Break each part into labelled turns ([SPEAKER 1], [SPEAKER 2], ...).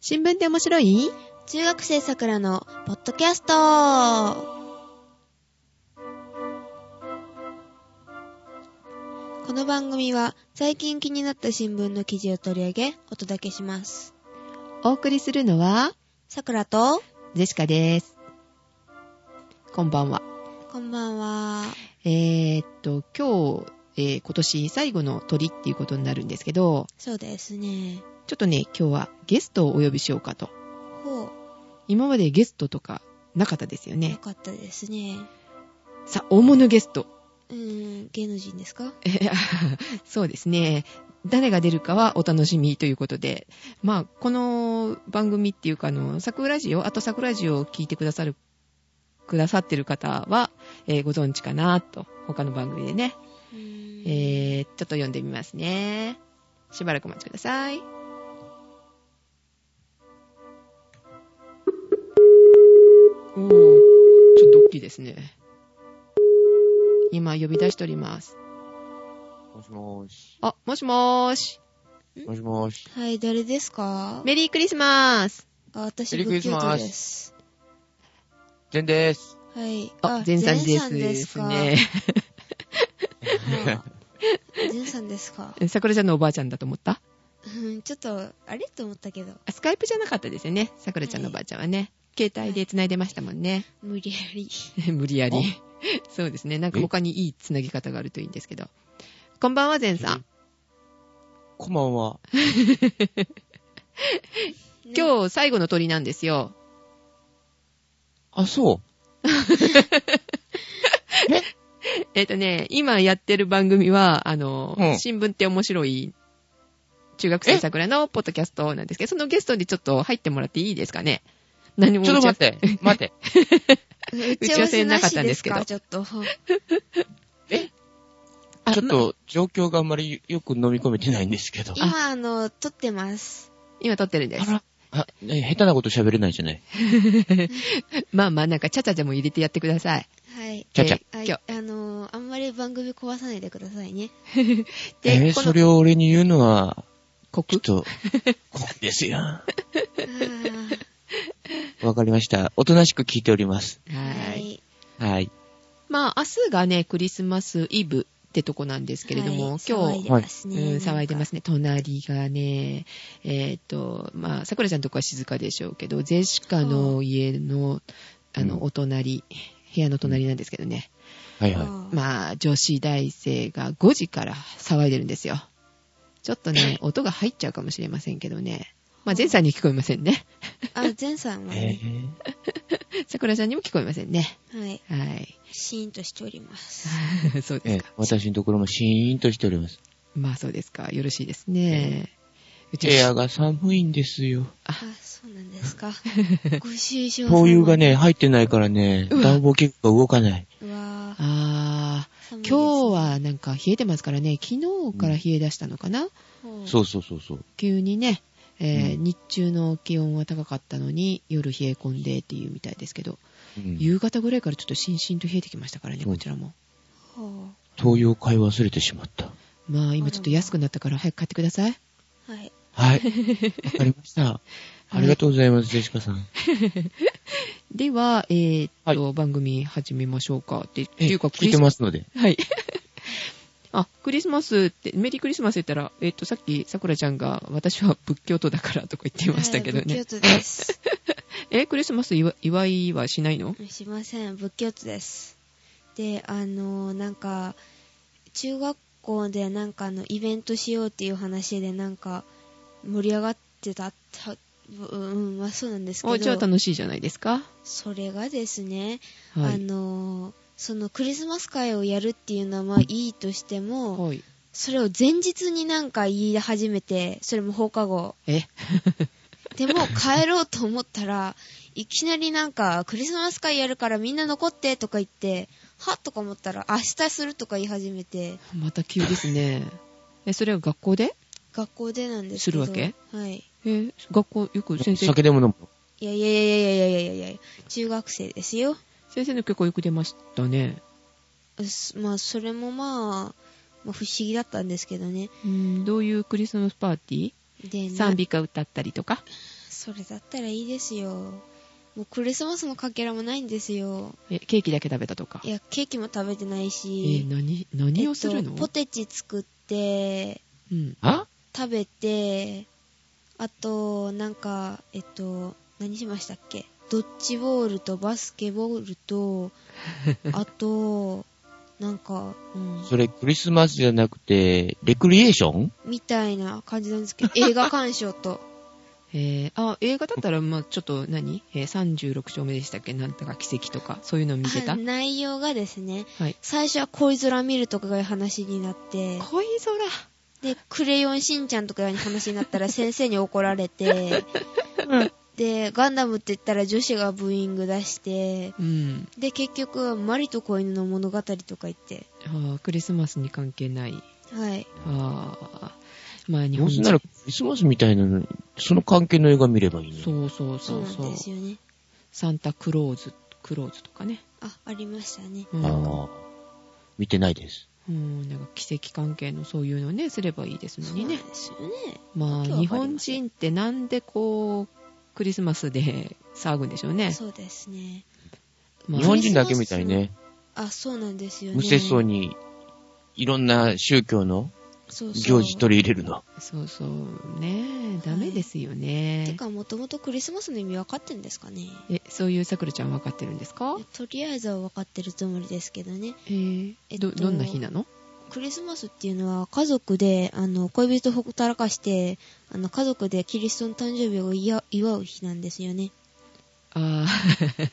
[SPEAKER 1] 新聞って面白い
[SPEAKER 2] 中学生さくらのポッドキャストこの番組は最近気になった新聞の記事を取り上げお届けします。
[SPEAKER 1] お送りするのは、
[SPEAKER 2] さくらと、
[SPEAKER 1] ジェシカです。こんばんは。
[SPEAKER 2] こんばんは。
[SPEAKER 1] えー、っと、今日、えー今年最後の鳥っていうことになるんですけど、
[SPEAKER 2] そうですね。
[SPEAKER 1] ちょっとね、今日はゲストをお呼びしようかと。
[SPEAKER 2] ほう、
[SPEAKER 1] 今までゲストとかなかったですよ
[SPEAKER 2] よ
[SPEAKER 1] ね。
[SPEAKER 2] かったですね。
[SPEAKER 1] さあ、大物ゲスト。
[SPEAKER 2] うーん、芸能人ですか
[SPEAKER 1] えー そうですね。誰が出るかはお楽しみということで、まあ、この番組っていうか、あの、桜ジオ、あと桜ジオを聞いてくださる、くださってる方は、えーご存知かなと、他の番組でね、
[SPEAKER 2] うーん
[SPEAKER 1] えー、ちょっと読んでみますね。しばらくお待ちください。おー、ちょっと大きいですね。今呼び出しております。
[SPEAKER 3] もしもーし。
[SPEAKER 1] あ、もしもーし。
[SPEAKER 3] もしもーし。
[SPEAKER 2] はい、誰ですか
[SPEAKER 1] メリークリスマス。
[SPEAKER 2] あ私、
[SPEAKER 3] メリー
[SPEAKER 2] ブッ
[SPEAKER 3] クリ
[SPEAKER 2] キ
[SPEAKER 3] ス
[SPEAKER 2] ュート
[SPEAKER 3] マス
[SPEAKER 2] です。
[SPEAKER 3] 全です。
[SPEAKER 2] はい。
[SPEAKER 1] あ、全さんで
[SPEAKER 2] 前
[SPEAKER 1] す。
[SPEAKER 2] ですか。
[SPEAKER 1] ね。
[SPEAKER 2] ジュンさんですか。
[SPEAKER 1] 桜ちゃんのおばあちゃんだと思った
[SPEAKER 2] うん、ちょっと、あれと思ったけど、
[SPEAKER 1] あスカイプじゃなかったですよね。桜ちゃんのおばあちゃんはね。携帯で繋いでましたもんね。
[SPEAKER 2] 無理やり。
[SPEAKER 1] 無理やり。 そうですね。なんか他にいい繋ぎ方があるといいんですけど。こんばんは、全さん。
[SPEAKER 3] こんばんは。
[SPEAKER 2] 日、
[SPEAKER 1] 今日最後の鳥なんですよ。
[SPEAKER 3] あ、そ
[SPEAKER 1] えっ、とね、今やってる番組は、あの、
[SPEAKER 3] うん
[SPEAKER 1] 新聞って面白い中学生桜のポッドキャストなんですけど、そのゲストにちょっと入ってもらっていいですかね。何
[SPEAKER 3] う
[SPEAKER 1] も
[SPEAKER 3] ちょっと待って、 待って。
[SPEAKER 2] 打
[SPEAKER 1] ち合わせなかったんですけど
[SPEAKER 2] ちょっと。
[SPEAKER 1] あ
[SPEAKER 3] ちょっと、状況があんまりよく飲み込めてないんですけど。あ
[SPEAKER 2] 今、あの、撮ってます。
[SPEAKER 1] 今撮ってるんです。
[SPEAKER 3] ら、あ、ね下手なこと喋れないじゃない。
[SPEAKER 1] まあまあ、なんか、ちゃちゃでも入れてやってください。
[SPEAKER 2] はい。
[SPEAKER 3] ちゃちゃ。
[SPEAKER 2] あ
[SPEAKER 1] えー今日
[SPEAKER 2] あのあんまり番組壊さないでくだ さいね。
[SPEAKER 3] え
[SPEAKER 1] で、
[SPEAKER 3] ー
[SPEAKER 1] こ
[SPEAKER 3] そ
[SPEAKER 1] の、
[SPEAKER 3] れを俺に言うのは、
[SPEAKER 1] コ
[SPEAKER 3] ちょ
[SPEAKER 1] ク
[SPEAKER 3] っと、怖いです よ。
[SPEAKER 2] あー
[SPEAKER 3] わかりました。おとなしく聞いております。
[SPEAKER 1] は。
[SPEAKER 2] はいい。
[SPEAKER 3] はい。
[SPEAKER 1] まあ、明日がね、クリスマスイブってとこなんですけれども、
[SPEAKER 2] はい
[SPEAKER 1] 今
[SPEAKER 2] 騒い
[SPEAKER 1] 日
[SPEAKER 2] で、ます
[SPEAKER 1] うん
[SPEAKER 2] ね。、。
[SPEAKER 1] 騒いでますすね。隣がね、えっ、と、まあ、桜ちゃんとこは静かでしょうけど、ゼシカの家の、あ
[SPEAKER 3] うん
[SPEAKER 1] の、お隣、部屋の隣なんですけどね。
[SPEAKER 3] はいはい。
[SPEAKER 2] あー
[SPEAKER 1] まあ、女子大生が5時から騒いでるんですよ。ちょっと ね、音が入っちゃうかもしれませんけどね。まあ、前さんに聞こえませんね。
[SPEAKER 2] あ、前さんは
[SPEAKER 3] え
[SPEAKER 2] ね、
[SPEAKER 3] ー、
[SPEAKER 1] 桜ちゃんにも聞こえませんね。
[SPEAKER 2] はい。
[SPEAKER 1] はい。
[SPEAKER 2] シーンとしております。
[SPEAKER 1] そうです
[SPEAKER 3] えー
[SPEAKER 1] か。
[SPEAKER 3] 私のところもシーンとしております。
[SPEAKER 1] まあそうですか。よろしいですね。う
[SPEAKER 3] 部屋が寒いんですよ。
[SPEAKER 2] あ、そうなんで すか。ご愁傷様。
[SPEAKER 3] 灯油が。ね、入ってないからね、
[SPEAKER 1] うわ
[SPEAKER 3] 暖房器具が動かない。
[SPEAKER 2] うわー
[SPEAKER 1] あー、
[SPEAKER 2] 寒いですね
[SPEAKER 1] 今日はなんか冷えてますからね、昨日から冷え出したのかな、
[SPEAKER 2] ほ
[SPEAKER 3] そうそうそうそう。
[SPEAKER 1] 急にね、えー
[SPEAKER 3] うん
[SPEAKER 1] 日中の気温は高かったのに、夜冷え込んでっていうみたいですけど、
[SPEAKER 3] うん
[SPEAKER 1] 夕方ぐらいからちょっとしんしんと冷えてきましたからね、
[SPEAKER 3] そう
[SPEAKER 1] こちらも。
[SPEAKER 2] ほ
[SPEAKER 3] 灯油を買い忘れてしまった。
[SPEAKER 1] まあ今ちょっと安くなったから早く買ってください。
[SPEAKER 2] う。はい。
[SPEAKER 3] はい。わかり ました。ありがとうございます、ジェシカさん。
[SPEAKER 1] では、えーっと、番組始めましょうか。ってっていうか、ク
[SPEAKER 3] 聞い
[SPEAKER 1] リス
[SPEAKER 3] てますので。
[SPEAKER 1] はい。 あ、クリスマスって、メリークリスマスって言ったら、えっ、と、さっき、さくらちゃんが、私は仏教徒だからとか言ってましたけど
[SPEAKER 2] はい
[SPEAKER 1] ね。
[SPEAKER 2] 仏教徒です。
[SPEAKER 1] え、クリスマス祝祝いはしないの
[SPEAKER 2] しません。仏教徒です。で、あのー、なんか、中学校でなんかあのイベントしようっていう話でなんか盛り上がってた、たうん、まあそうなんですけ
[SPEAKER 1] お、じゃあ
[SPEAKER 2] ど、
[SPEAKER 1] 楽しいじゃないですか。
[SPEAKER 2] それがですね、
[SPEAKER 1] は
[SPEAKER 2] あ
[SPEAKER 1] い。
[SPEAKER 2] のー、そのクリスマス会をやるっていうのはまあいいとしても、
[SPEAKER 1] はい。
[SPEAKER 2] それを前日になんか言い始めて、それも放課後、
[SPEAKER 1] え、
[SPEAKER 2] でも帰ろうと思ったら、いきなりなんか、クリスマス会やるからみんな残ってとか言って、はっとか思ったら、明日するとか言い始めて、
[SPEAKER 1] また急ですね。え、それは学校で
[SPEAKER 2] 学校でなんですけど。
[SPEAKER 1] するわ
[SPEAKER 2] はい。
[SPEAKER 1] え、学校、よく先生、
[SPEAKER 3] 酒でも飲む。
[SPEAKER 2] いやいやいやいやいやいやいやいや中学生ですよ。
[SPEAKER 1] 先生の結果よく出ましたね。
[SPEAKER 2] うっすまあ、それもまあ、まあ、不思議だったんですけどね。
[SPEAKER 1] うん、どういうクリスマスパーティ
[SPEAKER 2] で、
[SPEAKER 1] ー
[SPEAKER 2] な
[SPEAKER 1] 賛美歌歌ったりとか。
[SPEAKER 2] それだったらいいですよもうクリスマスのかけらもないんですよ
[SPEAKER 1] え、ケーキだけ食べたとか。
[SPEAKER 2] いやケーキも食べてない
[SPEAKER 1] え
[SPEAKER 2] し、
[SPEAKER 1] 何、何をする
[SPEAKER 2] え
[SPEAKER 1] の、
[SPEAKER 2] っとポテチ作って
[SPEAKER 1] うん。
[SPEAKER 3] あ
[SPEAKER 2] 食べてあとなんかえっと何しましたっけドッジボールとバスケボール とあとなんか、うん、
[SPEAKER 3] それクリスマスじゃなくて、レクリエーション
[SPEAKER 2] みたいな感じなんです けど映画鑑賞と
[SPEAKER 1] えーあ、映画だったら、まあちょっと何、えー ?36 章目でしたっけなんとか奇跡とか、そういうの見てた
[SPEAKER 2] あ内容がですね
[SPEAKER 1] はい。
[SPEAKER 2] 最初は恋空見るとかがいう話になって
[SPEAKER 1] 恋空。
[SPEAKER 2] で「クレヨンしんちゃん」とかいう話になったら先生に怒ら れてで「ガンダム」って言ったら女子がブーイング出して
[SPEAKER 1] うん。
[SPEAKER 2] で結局は「マリと子犬の物語」とか言って
[SPEAKER 1] ああ、クリスマスに関係ない。
[SPEAKER 2] はい
[SPEAKER 1] ああ。まあ日本
[SPEAKER 3] どうせ
[SPEAKER 1] 人
[SPEAKER 3] ならクリスマスみたいなのに、その関係の映画見ればいいね。
[SPEAKER 1] そうそう
[SPEAKER 2] そ
[SPEAKER 1] そうう
[SPEAKER 2] なん
[SPEAKER 1] そう。
[SPEAKER 2] ですよね
[SPEAKER 1] サンタクローズ、クローズとかね。
[SPEAKER 2] あありましたね
[SPEAKER 1] うん、
[SPEAKER 3] ああ、見てないです。
[SPEAKER 1] うん、なんか奇跡関係のそういうのね、すればいいですの
[SPEAKER 2] そう
[SPEAKER 1] に
[SPEAKER 2] なん
[SPEAKER 1] ね
[SPEAKER 2] で。すよね
[SPEAKER 1] まあ、
[SPEAKER 2] わけわかりません
[SPEAKER 1] 日本人ってなんでこう、クリスマスで騒ぐんでしょうね。
[SPEAKER 2] そうですね
[SPEAKER 1] まあ
[SPEAKER 3] 日本人だけみたいね。
[SPEAKER 2] あそうなんですよね
[SPEAKER 3] 無節操
[SPEAKER 2] に
[SPEAKER 3] に、いろんな宗教の
[SPEAKER 2] そうそう
[SPEAKER 3] 行事取り入れるの。
[SPEAKER 1] そうそう、ねえ、ダメですよ
[SPEAKER 2] て
[SPEAKER 1] ね。
[SPEAKER 2] かもともとクリスマスの意味分かってんですかね
[SPEAKER 1] え、そういうさくらちゃん分かってるんですか
[SPEAKER 2] とりあえずは分かってるつもりですけどね
[SPEAKER 1] えー
[SPEAKER 2] えっと
[SPEAKER 1] ど、どんな日なの
[SPEAKER 2] クリスマスっていうのは家族であの恋人をほったらかしてあの家族でキリストの誕生日を祝祝う日なんですよね
[SPEAKER 1] あ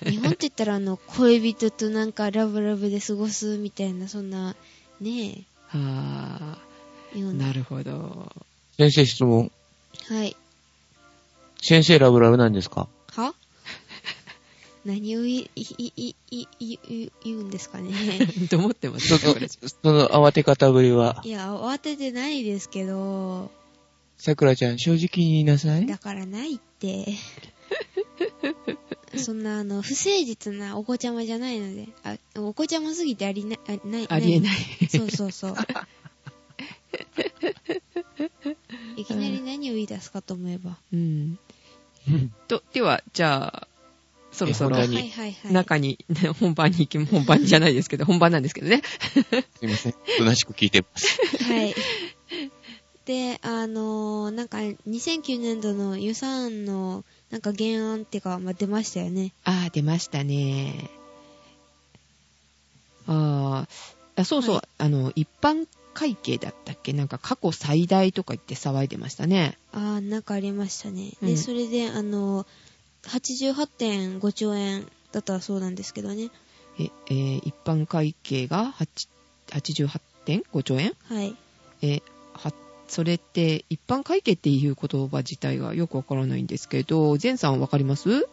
[SPEAKER 2] 日本って言ったらあの恋人となんかラブラブで過ごすみたいなそんなね
[SPEAKER 1] あ、 あ
[SPEAKER 2] えよ
[SPEAKER 1] あ、
[SPEAKER 2] うな
[SPEAKER 1] なるほど。
[SPEAKER 3] 先生質問。
[SPEAKER 2] はい
[SPEAKER 3] 先生ラブラブなんですか
[SPEAKER 2] は何をいいいいいいい言うんですかね、
[SPEAKER 1] と思ってます
[SPEAKER 3] そ
[SPEAKER 1] ね、
[SPEAKER 3] の
[SPEAKER 1] さくらちゃん。
[SPEAKER 3] その慌て方ぶりはい
[SPEAKER 2] や慌ててないですけど
[SPEAKER 3] 桜ちゃん正直に言いなさい
[SPEAKER 2] だ。からないって。そんな、あの、不誠実なお子ちゃまじゃないので、あ、お子ちゃますぎてありな、あない、。
[SPEAKER 1] ありえないい。
[SPEAKER 2] そうそうそう。いきなり何を言い出すかと思えば。
[SPEAKER 1] うん。と、では、じゃあ、そろそろ
[SPEAKER 3] え
[SPEAKER 2] はい
[SPEAKER 3] 本題に
[SPEAKER 2] はいはい。
[SPEAKER 1] 中に、 ね本番に行き、本番じゃないですけど、本番なんですけどね。
[SPEAKER 3] すいません。おとなしく聞いてます。
[SPEAKER 2] はい。で、あのーなんか、2009年度の予算の、なんか原案ってか、まあ、出ましたよね。
[SPEAKER 1] ああ、出ましたね。あーあ、そうそう、
[SPEAKER 2] は
[SPEAKER 1] あの、一般会計だったっけなんか過去最大とか言って騒いでましたね。
[SPEAKER 2] あーなんかありましたね。
[SPEAKER 1] う
[SPEAKER 2] で、
[SPEAKER 1] ん
[SPEAKER 2] それで、あの、88.5兆円だったそうなんですけどね。
[SPEAKER 1] え、えー一般会計が8 88.5兆円
[SPEAKER 2] はい。
[SPEAKER 1] えーは、それって、一般会計っていう言葉自体がよくわからないんですけど、前さんわかります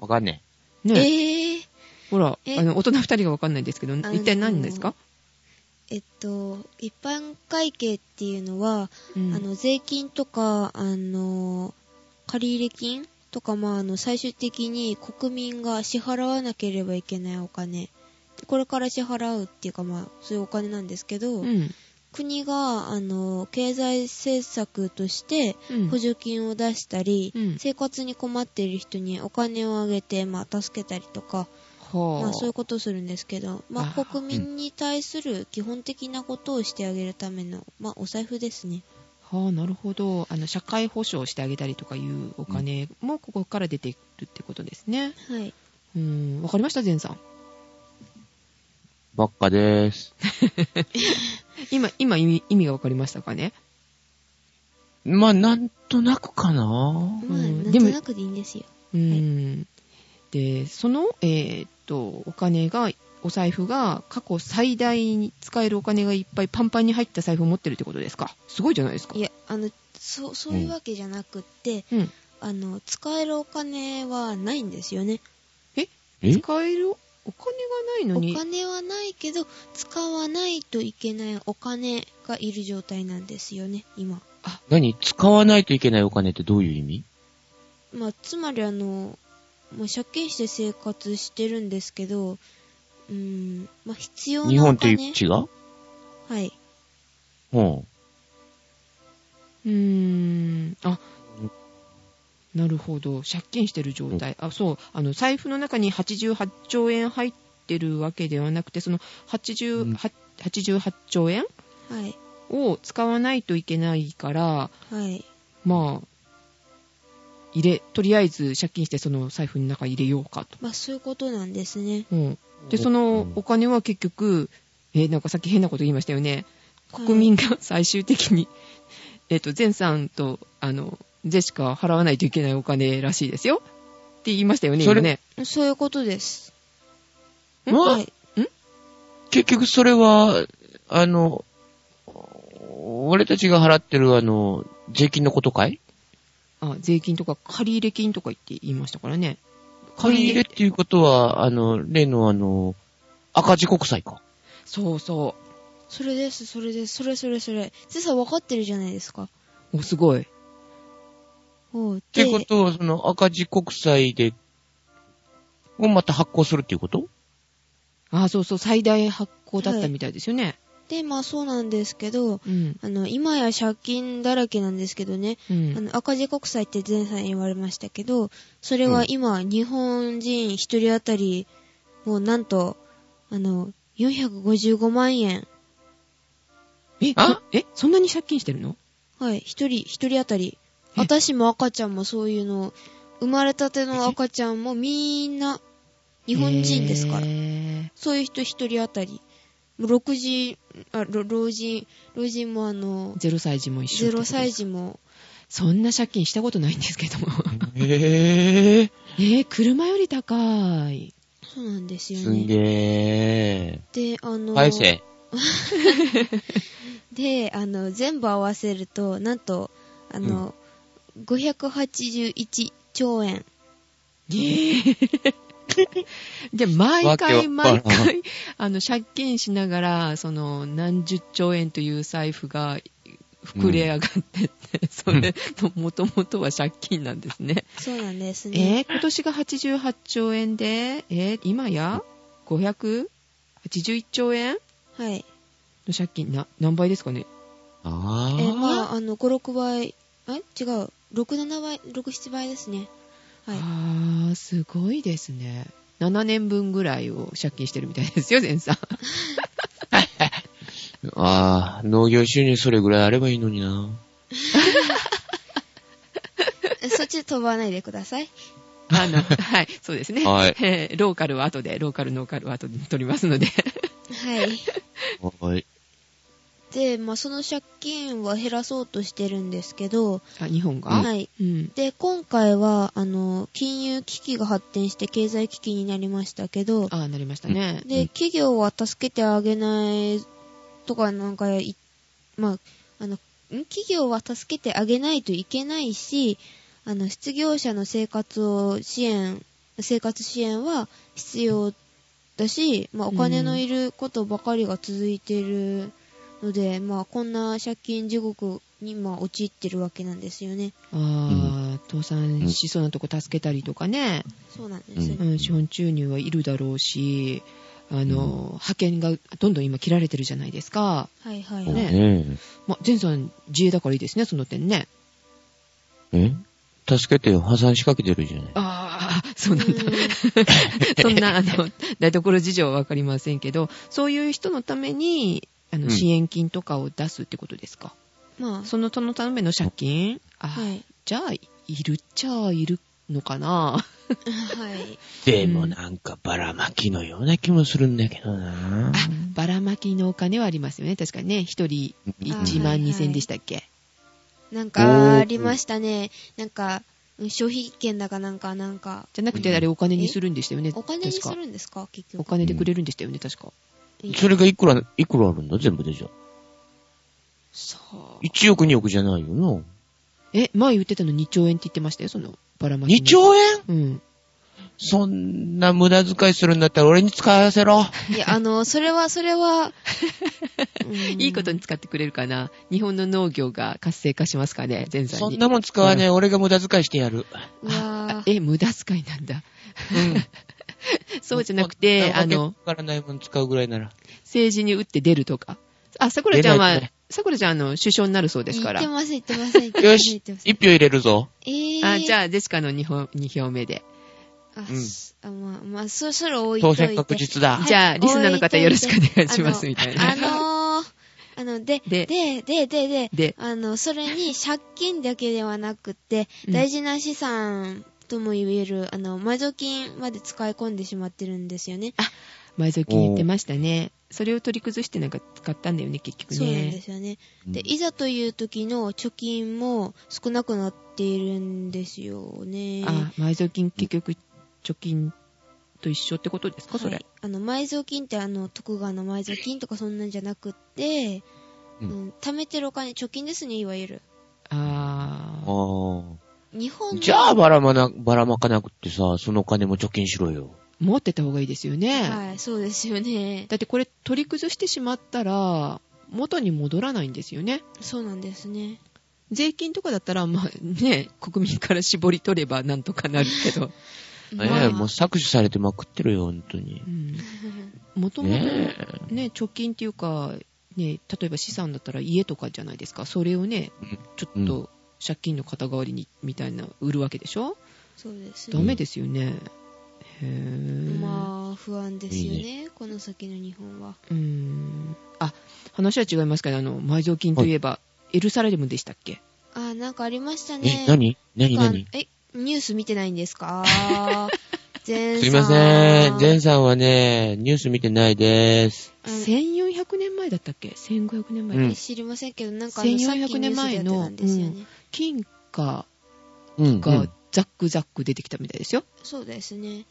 [SPEAKER 3] わかんね
[SPEAKER 2] え
[SPEAKER 1] ねえ
[SPEAKER 2] ー、
[SPEAKER 1] ほら、
[SPEAKER 2] え
[SPEAKER 1] あの、大人二人がわかんないんですけど、
[SPEAKER 2] のー
[SPEAKER 1] 一体何ですか、
[SPEAKER 2] えっと、一般会計っていうのは、
[SPEAKER 1] うん
[SPEAKER 2] あの、税金とか、あの、借入金とか、まあ、あの、最終的に国民が支払わなければいけないお金。これから支払うっていうか、まあ、そういうお金なんですけど、
[SPEAKER 1] うん。
[SPEAKER 2] 国が、あの、経済政策として、
[SPEAKER 1] うん
[SPEAKER 2] 補助金を出したり、
[SPEAKER 1] うん
[SPEAKER 2] 生活に困っている人にお金をあげて、まあ、助けたりとか、
[SPEAKER 1] はあ、
[SPEAKER 2] まあ、そういうことをするんですけど、ま
[SPEAKER 1] あ
[SPEAKER 2] あ、
[SPEAKER 1] ー
[SPEAKER 2] 国民に対する基本的なことをしてあげるための、まあ、お財布ですね。
[SPEAKER 1] はあ、なるほど。あの、社会保障してあげたりとかいうお金もここから出てくるってことですね。
[SPEAKER 2] はい。
[SPEAKER 1] うん、わかりました、ゼンさん。
[SPEAKER 3] ばっかでーす。
[SPEAKER 1] 今、今意味意味がわかりましたかね。
[SPEAKER 3] まあ、なんとなくかな
[SPEAKER 2] まあ、
[SPEAKER 1] うん
[SPEAKER 2] なん
[SPEAKER 1] で
[SPEAKER 2] と
[SPEAKER 1] も
[SPEAKER 2] なくでいいんですよ。
[SPEAKER 1] うん。で、その、えーっと、お金が、お財布が過去最大に使えるお金がいっぱいパンパンに入った財布を持ってるってことですか。すごいじゃないですか。
[SPEAKER 2] いや、あの、そう、そういうわけじゃなくって、
[SPEAKER 1] うん。
[SPEAKER 2] あの、使えるお金はないんですよね。
[SPEAKER 3] え
[SPEAKER 1] 使えるお金がないの
[SPEAKER 2] お
[SPEAKER 1] に。
[SPEAKER 2] 金はないけど、使わないといけないお金がいる状態なんですよね、今。
[SPEAKER 3] 何使わないといけないお金ってどういう意味
[SPEAKER 2] まあ、つまりあの、まあ、借金して生活してるんですけど、うん、まあ、必要なお金
[SPEAKER 3] 日本っていう地が
[SPEAKER 2] はい。
[SPEAKER 3] うん。
[SPEAKER 1] うーん。あ、うなるほど。借金してる状態。あ、そう。あの、財布の中に88兆円入ってるわけではなくて、その
[SPEAKER 3] うん
[SPEAKER 1] 88、88兆円
[SPEAKER 2] はい。
[SPEAKER 1] を使わないといけないから、
[SPEAKER 2] はい。
[SPEAKER 1] まあ、入れ、とりあえず借金してその財布の中入れようかと。
[SPEAKER 2] まあ、そういうことなんですね。
[SPEAKER 1] うん。で、そのお金は結局、え、なんかさっき変なこと言いましたよね。国民が最終的に、 えっと、全さんと、あの、ジェシカは払わないといけないお金らしいですよ。って言いましたよね、
[SPEAKER 3] それ
[SPEAKER 1] 今ね。
[SPEAKER 2] そういうことです。
[SPEAKER 3] うん
[SPEAKER 2] は
[SPEAKER 3] まあ
[SPEAKER 2] い。
[SPEAKER 3] 結局それは、あの、俺たちが払ってるあの、税金のことかい
[SPEAKER 1] あ、税金とか借入金とか言って言いましたからね。
[SPEAKER 3] 借り入れっていうことは、あの、例のあの、赤字国債か。
[SPEAKER 1] そうそ
[SPEAKER 2] それです、それです、それそれそれ。ゼさん分かってるじゃないですか。
[SPEAKER 1] う。お、すごい。
[SPEAKER 2] おう
[SPEAKER 3] って
[SPEAKER 2] で、
[SPEAKER 3] ことは、その赤字国債で、をまた発行するっていうこと
[SPEAKER 1] あ、そうそう、最大発行だったみたいですよね。
[SPEAKER 2] で、まあそうなんですけど、
[SPEAKER 1] うん。
[SPEAKER 2] あの、今や借金だらけなんですけどね、
[SPEAKER 1] うん
[SPEAKER 2] あの、赤字国債って前さん言われましたけど、それは今、日本人一人当たり、もうなんと、あの、455万円。
[SPEAKER 1] え、
[SPEAKER 3] あ
[SPEAKER 1] そえ、そんなに借金してるの
[SPEAKER 2] はい、一人、一人当たり。
[SPEAKER 1] え
[SPEAKER 2] 私も赤ちゃんもそういうの、生まれたての赤ちゃんもみんな、日本人ですから
[SPEAKER 1] へ。ー
[SPEAKER 2] そういう人一人当たり。もう6時、あ、ろ老人、老人もあの、
[SPEAKER 1] ゼロ歳児も一緒っ
[SPEAKER 2] ゼ
[SPEAKER 1] てこと
[SPEAKER 2] ロ
[SPEAKER 1] です
[SPEAKER 2] 歳児も、
[SPEAKER 1] そんな借金したことないんですけ ども。
[SPEAKER 3] へえ。
[SPEAKER 1] えー、車より高い。
[SPEAKER 2] そうなんですよ
[SPEAKER 3] す
[SPEAKER 2] ね。
[SPEAKER 3] げえ。
[SPEAKER 2] で、あの、
[SPEAKER 3] 返せ。
[SPEAKER 2] で、あの、全部合わせると、なんと、あの、581兆円。
[SPEAKER 1] えーじゃあ、毎回
[SPEAKER 3] わけわ
[SPEAKER 1] 毎
[SPEAKER 3] からん
[SPEAKER 1] 回、あの、借金しながら、その、何十兆円という財布が膨れ上がってって、それの元々は借金なんですね。
[SPEAKER 2] そうなんですね。
[SPEAKER 1] えー、今年が88兆円で、えー、今や581兆円
[SPEAKER 2] はい。
[SPEAKER 1] の借金、な、何倍ですかね
[SPEAKER 3] あ
[SPEAKER 2] え
[SPEAKER 3] あ。
[SPEAKER 2] まあ、あの、5、6倍、え違う、6、7倍、6、7倍ですね。はい。
[SPEAKER 1] あー、すごいですね。7年分ぐらいを借金してるみたいですよ、全さん。
[SPEAKER 3] ああ、農業収入それぐらいあればいいのにな。
[SPEAKER 2] そっち飛ばないでください。
[SPEAKER 1] あの、はい、そうですね。
[SPEAKER 3] はい
[SPEAKER 1] え ーローカルは後で、ローカル、ノーカルは後で取りますので。
[SPEAKER 2] はい。
[SPEAKER 3] はい。
[SPEAKER 2] で、まあ、その借金は減らそうとしてるんですけど、
[SPEAKER 1] あ、日本が、
[SPEAKER 2] はい。
[SPEAKER 1] うん。
[SPEAKER 2] で、今回は、あの、金融危機が発展して経済危機になりましたけど、
[SPEAKER 1] あーなりましたね。
[SPEAKER 2] で、企業は助けてあげないとかなんかい、まあ、あの、ん企業は助けてあげないといけないし、あの、失業者の生活を支援、生活支援は必要だし、まあ、お金のいることばかりが続いてるので、まあ、こんな借金地獄に、まあ、陥ってるわけなんですよね。
[SPEAKER 1] あー倒産しそうなとこ助けたりとかね。
[SPEAKER 2] そうなんですよね。
[SPEAKER 1] うん、資本注入はいるだろうし、あの、派遣がどんどん今切られてるじゃないですか。
[SPEAKER 2] はいはいはい。
[SPEAKER 3] ね
[SPEAKER 1] ま、前さん、自衛だからいいですね、その点ね。
[SPEAKER 3] え。え助けてよ、破産しかけてるじゃない。
[SPEAKER 1] ああ、そうなんだ。
[SPEAKER 2] う
[SPEAKER 1] そんな、あの、台所事情はわかりませんけど、そういう人のために、あ
[SPEAKER 3] う
[SPEAKER 1] の、
[SPEAKER 3] ん
[SPEAKER 1] 支援金とかを出すってことですか。
[SPEAKER 2] んまあ、
[SPEAKER 1] その、そのための借金あ、
[SPEAKER 2] はい。
[SPEAKER 1] じゃあ、いるっちゃいるのかな
[SPEAKER 2] はい。
[SPEAKER 3] でもなんかばらまきのような気もするんだけどな。
[SPEAKER 1] あ、 ばらまきのお金はありますよね。確かにね、一人1万
[SPEAKER 2] はいはい
[SPEAKER 1] 2000でしたっけ。
[SPEAKER 2] なん
[SPEAKER 3] お
[SPEAKER 2] か
[SPEAKER 3] ー
[SPEAKER 2] ありましたね。なんか、うん消費券だかなんか、なんか、
[SPEAKER 1] じゃなくて、あれお金にするんでしたよね。
[SPEAKER 2] お金にす
[SPEAKER 1] 確か。
[SPEAKER 2] るんですか結
[SPEAKER 1] お
[SPEAKER 2] 局。
[SPEAKER 1] 金でくれるんでしたよね、確か。
[SPEAKER 3] それがいくら、いくらあるんだ全部でじゃあ。
[SPEAKER 1] そう。
[SPEAKER 3] 1億2億じゃないよな。
[SPEAKER 1] え、前言ってたの2兆円って言ってましたよ、その、ばらまきの。
[SPEAKER 3] 2兆円
[SPEAKER 1] うん。
[SPEAKER 3] そんな無駄遣いするんだったら俺に使わせろ。
[SPEAKER 2] いや、あの、それは、そ れは、うん
[SPEAKER 1] いいことに使ってくれるかな日本の農業が活性化しますかね全
[SPEAKER 3] そ
[SPEAKER 1] 産
[SPEAKER 3] ん
[SPEAKER 1] に。
[SPEAKER 3] なもん使わねえ。俺が無駄遣いしてやる。
[SPEAKER 2] うわー
[SPEAKER 1] え、無駄遣いなんだ。
[SPEAKER 3] うん。
[SPEAKER 1] そうじゃなくて、あ
[SPEAKER 3] わけ
[SPEAKER 1] の
[SPEAKER 3] わ、からないもん使うぐらいなら。
[SPEAKER 1] 政治に打って出るとか。あ、桜ちゃん
[SPEAKER 3] 出ない
[SPEAKER 1] は
[SPEAKER 3] とね、
[SPEAKER 1] 桜ちゃん、あの、首相になるそうですから。
[SPEAKER 2] 言ってます、言ってます、言ってま
[SPEAKER 3] よ
[SPEAKER 2] す。言
[SPEAKER 3] し
[SPEAKER 2] ってま、す
[SPEAKER 3] 一票入れるぞ。
[SPEAKER 2] えー、
[SPEAKER 1] あ、じゃあ、ジェシカの 2, 票二票目で。
[SPEAKER 2] あ、
[SPEAKER 3] うん
[SPEAKER 2] すあまあ、まあ、そろそろ置いと
[SPEAKER 3] 当
[SPEAKER 2] いて。
[SPEAKER 3] 選確実だ
[SPEAKER 2] はい。
[SPEAKER 1] じゃあ、リスナーの方よろしくお願いします、
[SPEAKER 2] 置
[SPEAKER 1] みたいな。
[SPEAKER 2] あのー、あの、で、で、
[SPEAKER 1] で
[SPEAKER 2] で、で、で、
[SPEAKER 1] で
[SPEAKER 2] あの、それに借金だけではなくって、
[SPEAKER 1] うん
[SPEAKER 2] 大事な資産とも言える、あの、埋蔵金まで使い込んでしまってるんですよね。
[SPEAKER 1] 埋蔵金言ってましたね。それを取り崩してなんか使ったんだよね、結局ね。
[SPEAKER 2] そうなんですよね。で、いざという時の貯金も少なくなっているんですよね。
[SPEAKER 1] あ、埋蔵金結局、貯金と一緒ってことですか、そ
[SPEAKER 2] は
[SPEAKER 1] れ
[SPEAKER 2] い。、あの埋蔵金ってあの徳川の埋蔵金とかそんなんじゃなくって、う
[SPEAKER 3] うんん
[SPEAKER 2] 貯めてるお金貯金ですねいわゆる
[SPEAKER 1] あー。
[SPEAKER 3] あ
[SPEAKER 2] 日本
[SPEAKER 3] あ。
[SPEAKER 2] の
[SPEAKER 3] じゃあ、ばらまな、ばらまかなくってさ、そのお金も貯金しろよ。
[SPEAKER 1] 持ってた方がいいですよね。
[SPEAKER 2] はいそうですよね
[SPEAKER 1] だってこれ取り崩してしまったら、元に戻らないんですよね。
[SPEAKER 2] そうなんですね
[SPEAKER 1] 税金とかだったら、まあね、国民から絞り取ればなんとかなるけ ど、
[SPEAKER 3] え
[SPEAKER 2] ま
[SPEAKER 3] え
[SPEAKER 2] あ
[SPEAKER 3] もう搾取されてまくってるよ、本当に。
[SPEAKER 1] もともと
[SPEAKER 3] ね
[SPEAKER 1] ね、貯金っていうか、ね、例えば資産だったら家とかじゃないですか。それをね
[SPEAKER 3] うん、
[SPEAKER 1] ちょっと借金の肩代わりに、みたいな、売るわけでしょ
[SPEAKER 2] そうです
[SPEAKER 1] ダ
[SPEAKER 2] ね
[SPEAKER 1] メですよね。へぇ
[SPEAKER 2] まあ不安ですよね
[SPEAKER 3] い
[SPEAKER 2] この先の日本は
[SPEAKER 1] うーんあ話は違いますけどあの埋蔵金といえば、エルサレムでしたっけ
[SPEAKER 2] あなんかありましたね
[SPEAKER 3] え、何何
[SPEAKER 2] なんか
[SPEAKER 3] 何
[SPEAKER 2] えニュース見てないんです か全
[SPEAKER 3] すいませ
[SPEAKER 2] 全
[SPEAKER 3] ん。ゼンさんはね、ニュース見てないです。
[SPEAKER 1] 1400年前だったっけ1500年前、
[SPEAKER 3] うん
[SPEAKER 2] 知りませんけどなんかあのさっきニュース
[SPEAKER 1] 1400
[SPEAKER 2] で
[SPEAKER 1] 年
[SPEAKER 2] や
[SPEAKER 1] 前
[SPEAKER 2] って
[SPEAKER 1] の
[SPEAKER 2] たんですよね、
[SPEAKER 1] う金貨
[SPEAKER 3] うん。う
[SPEAKER 1] が
[SPEAKER 3] ん
[SPEAKER 1] ザックザック出てきたみたいですよ、
[SPEAKER 2] そうですね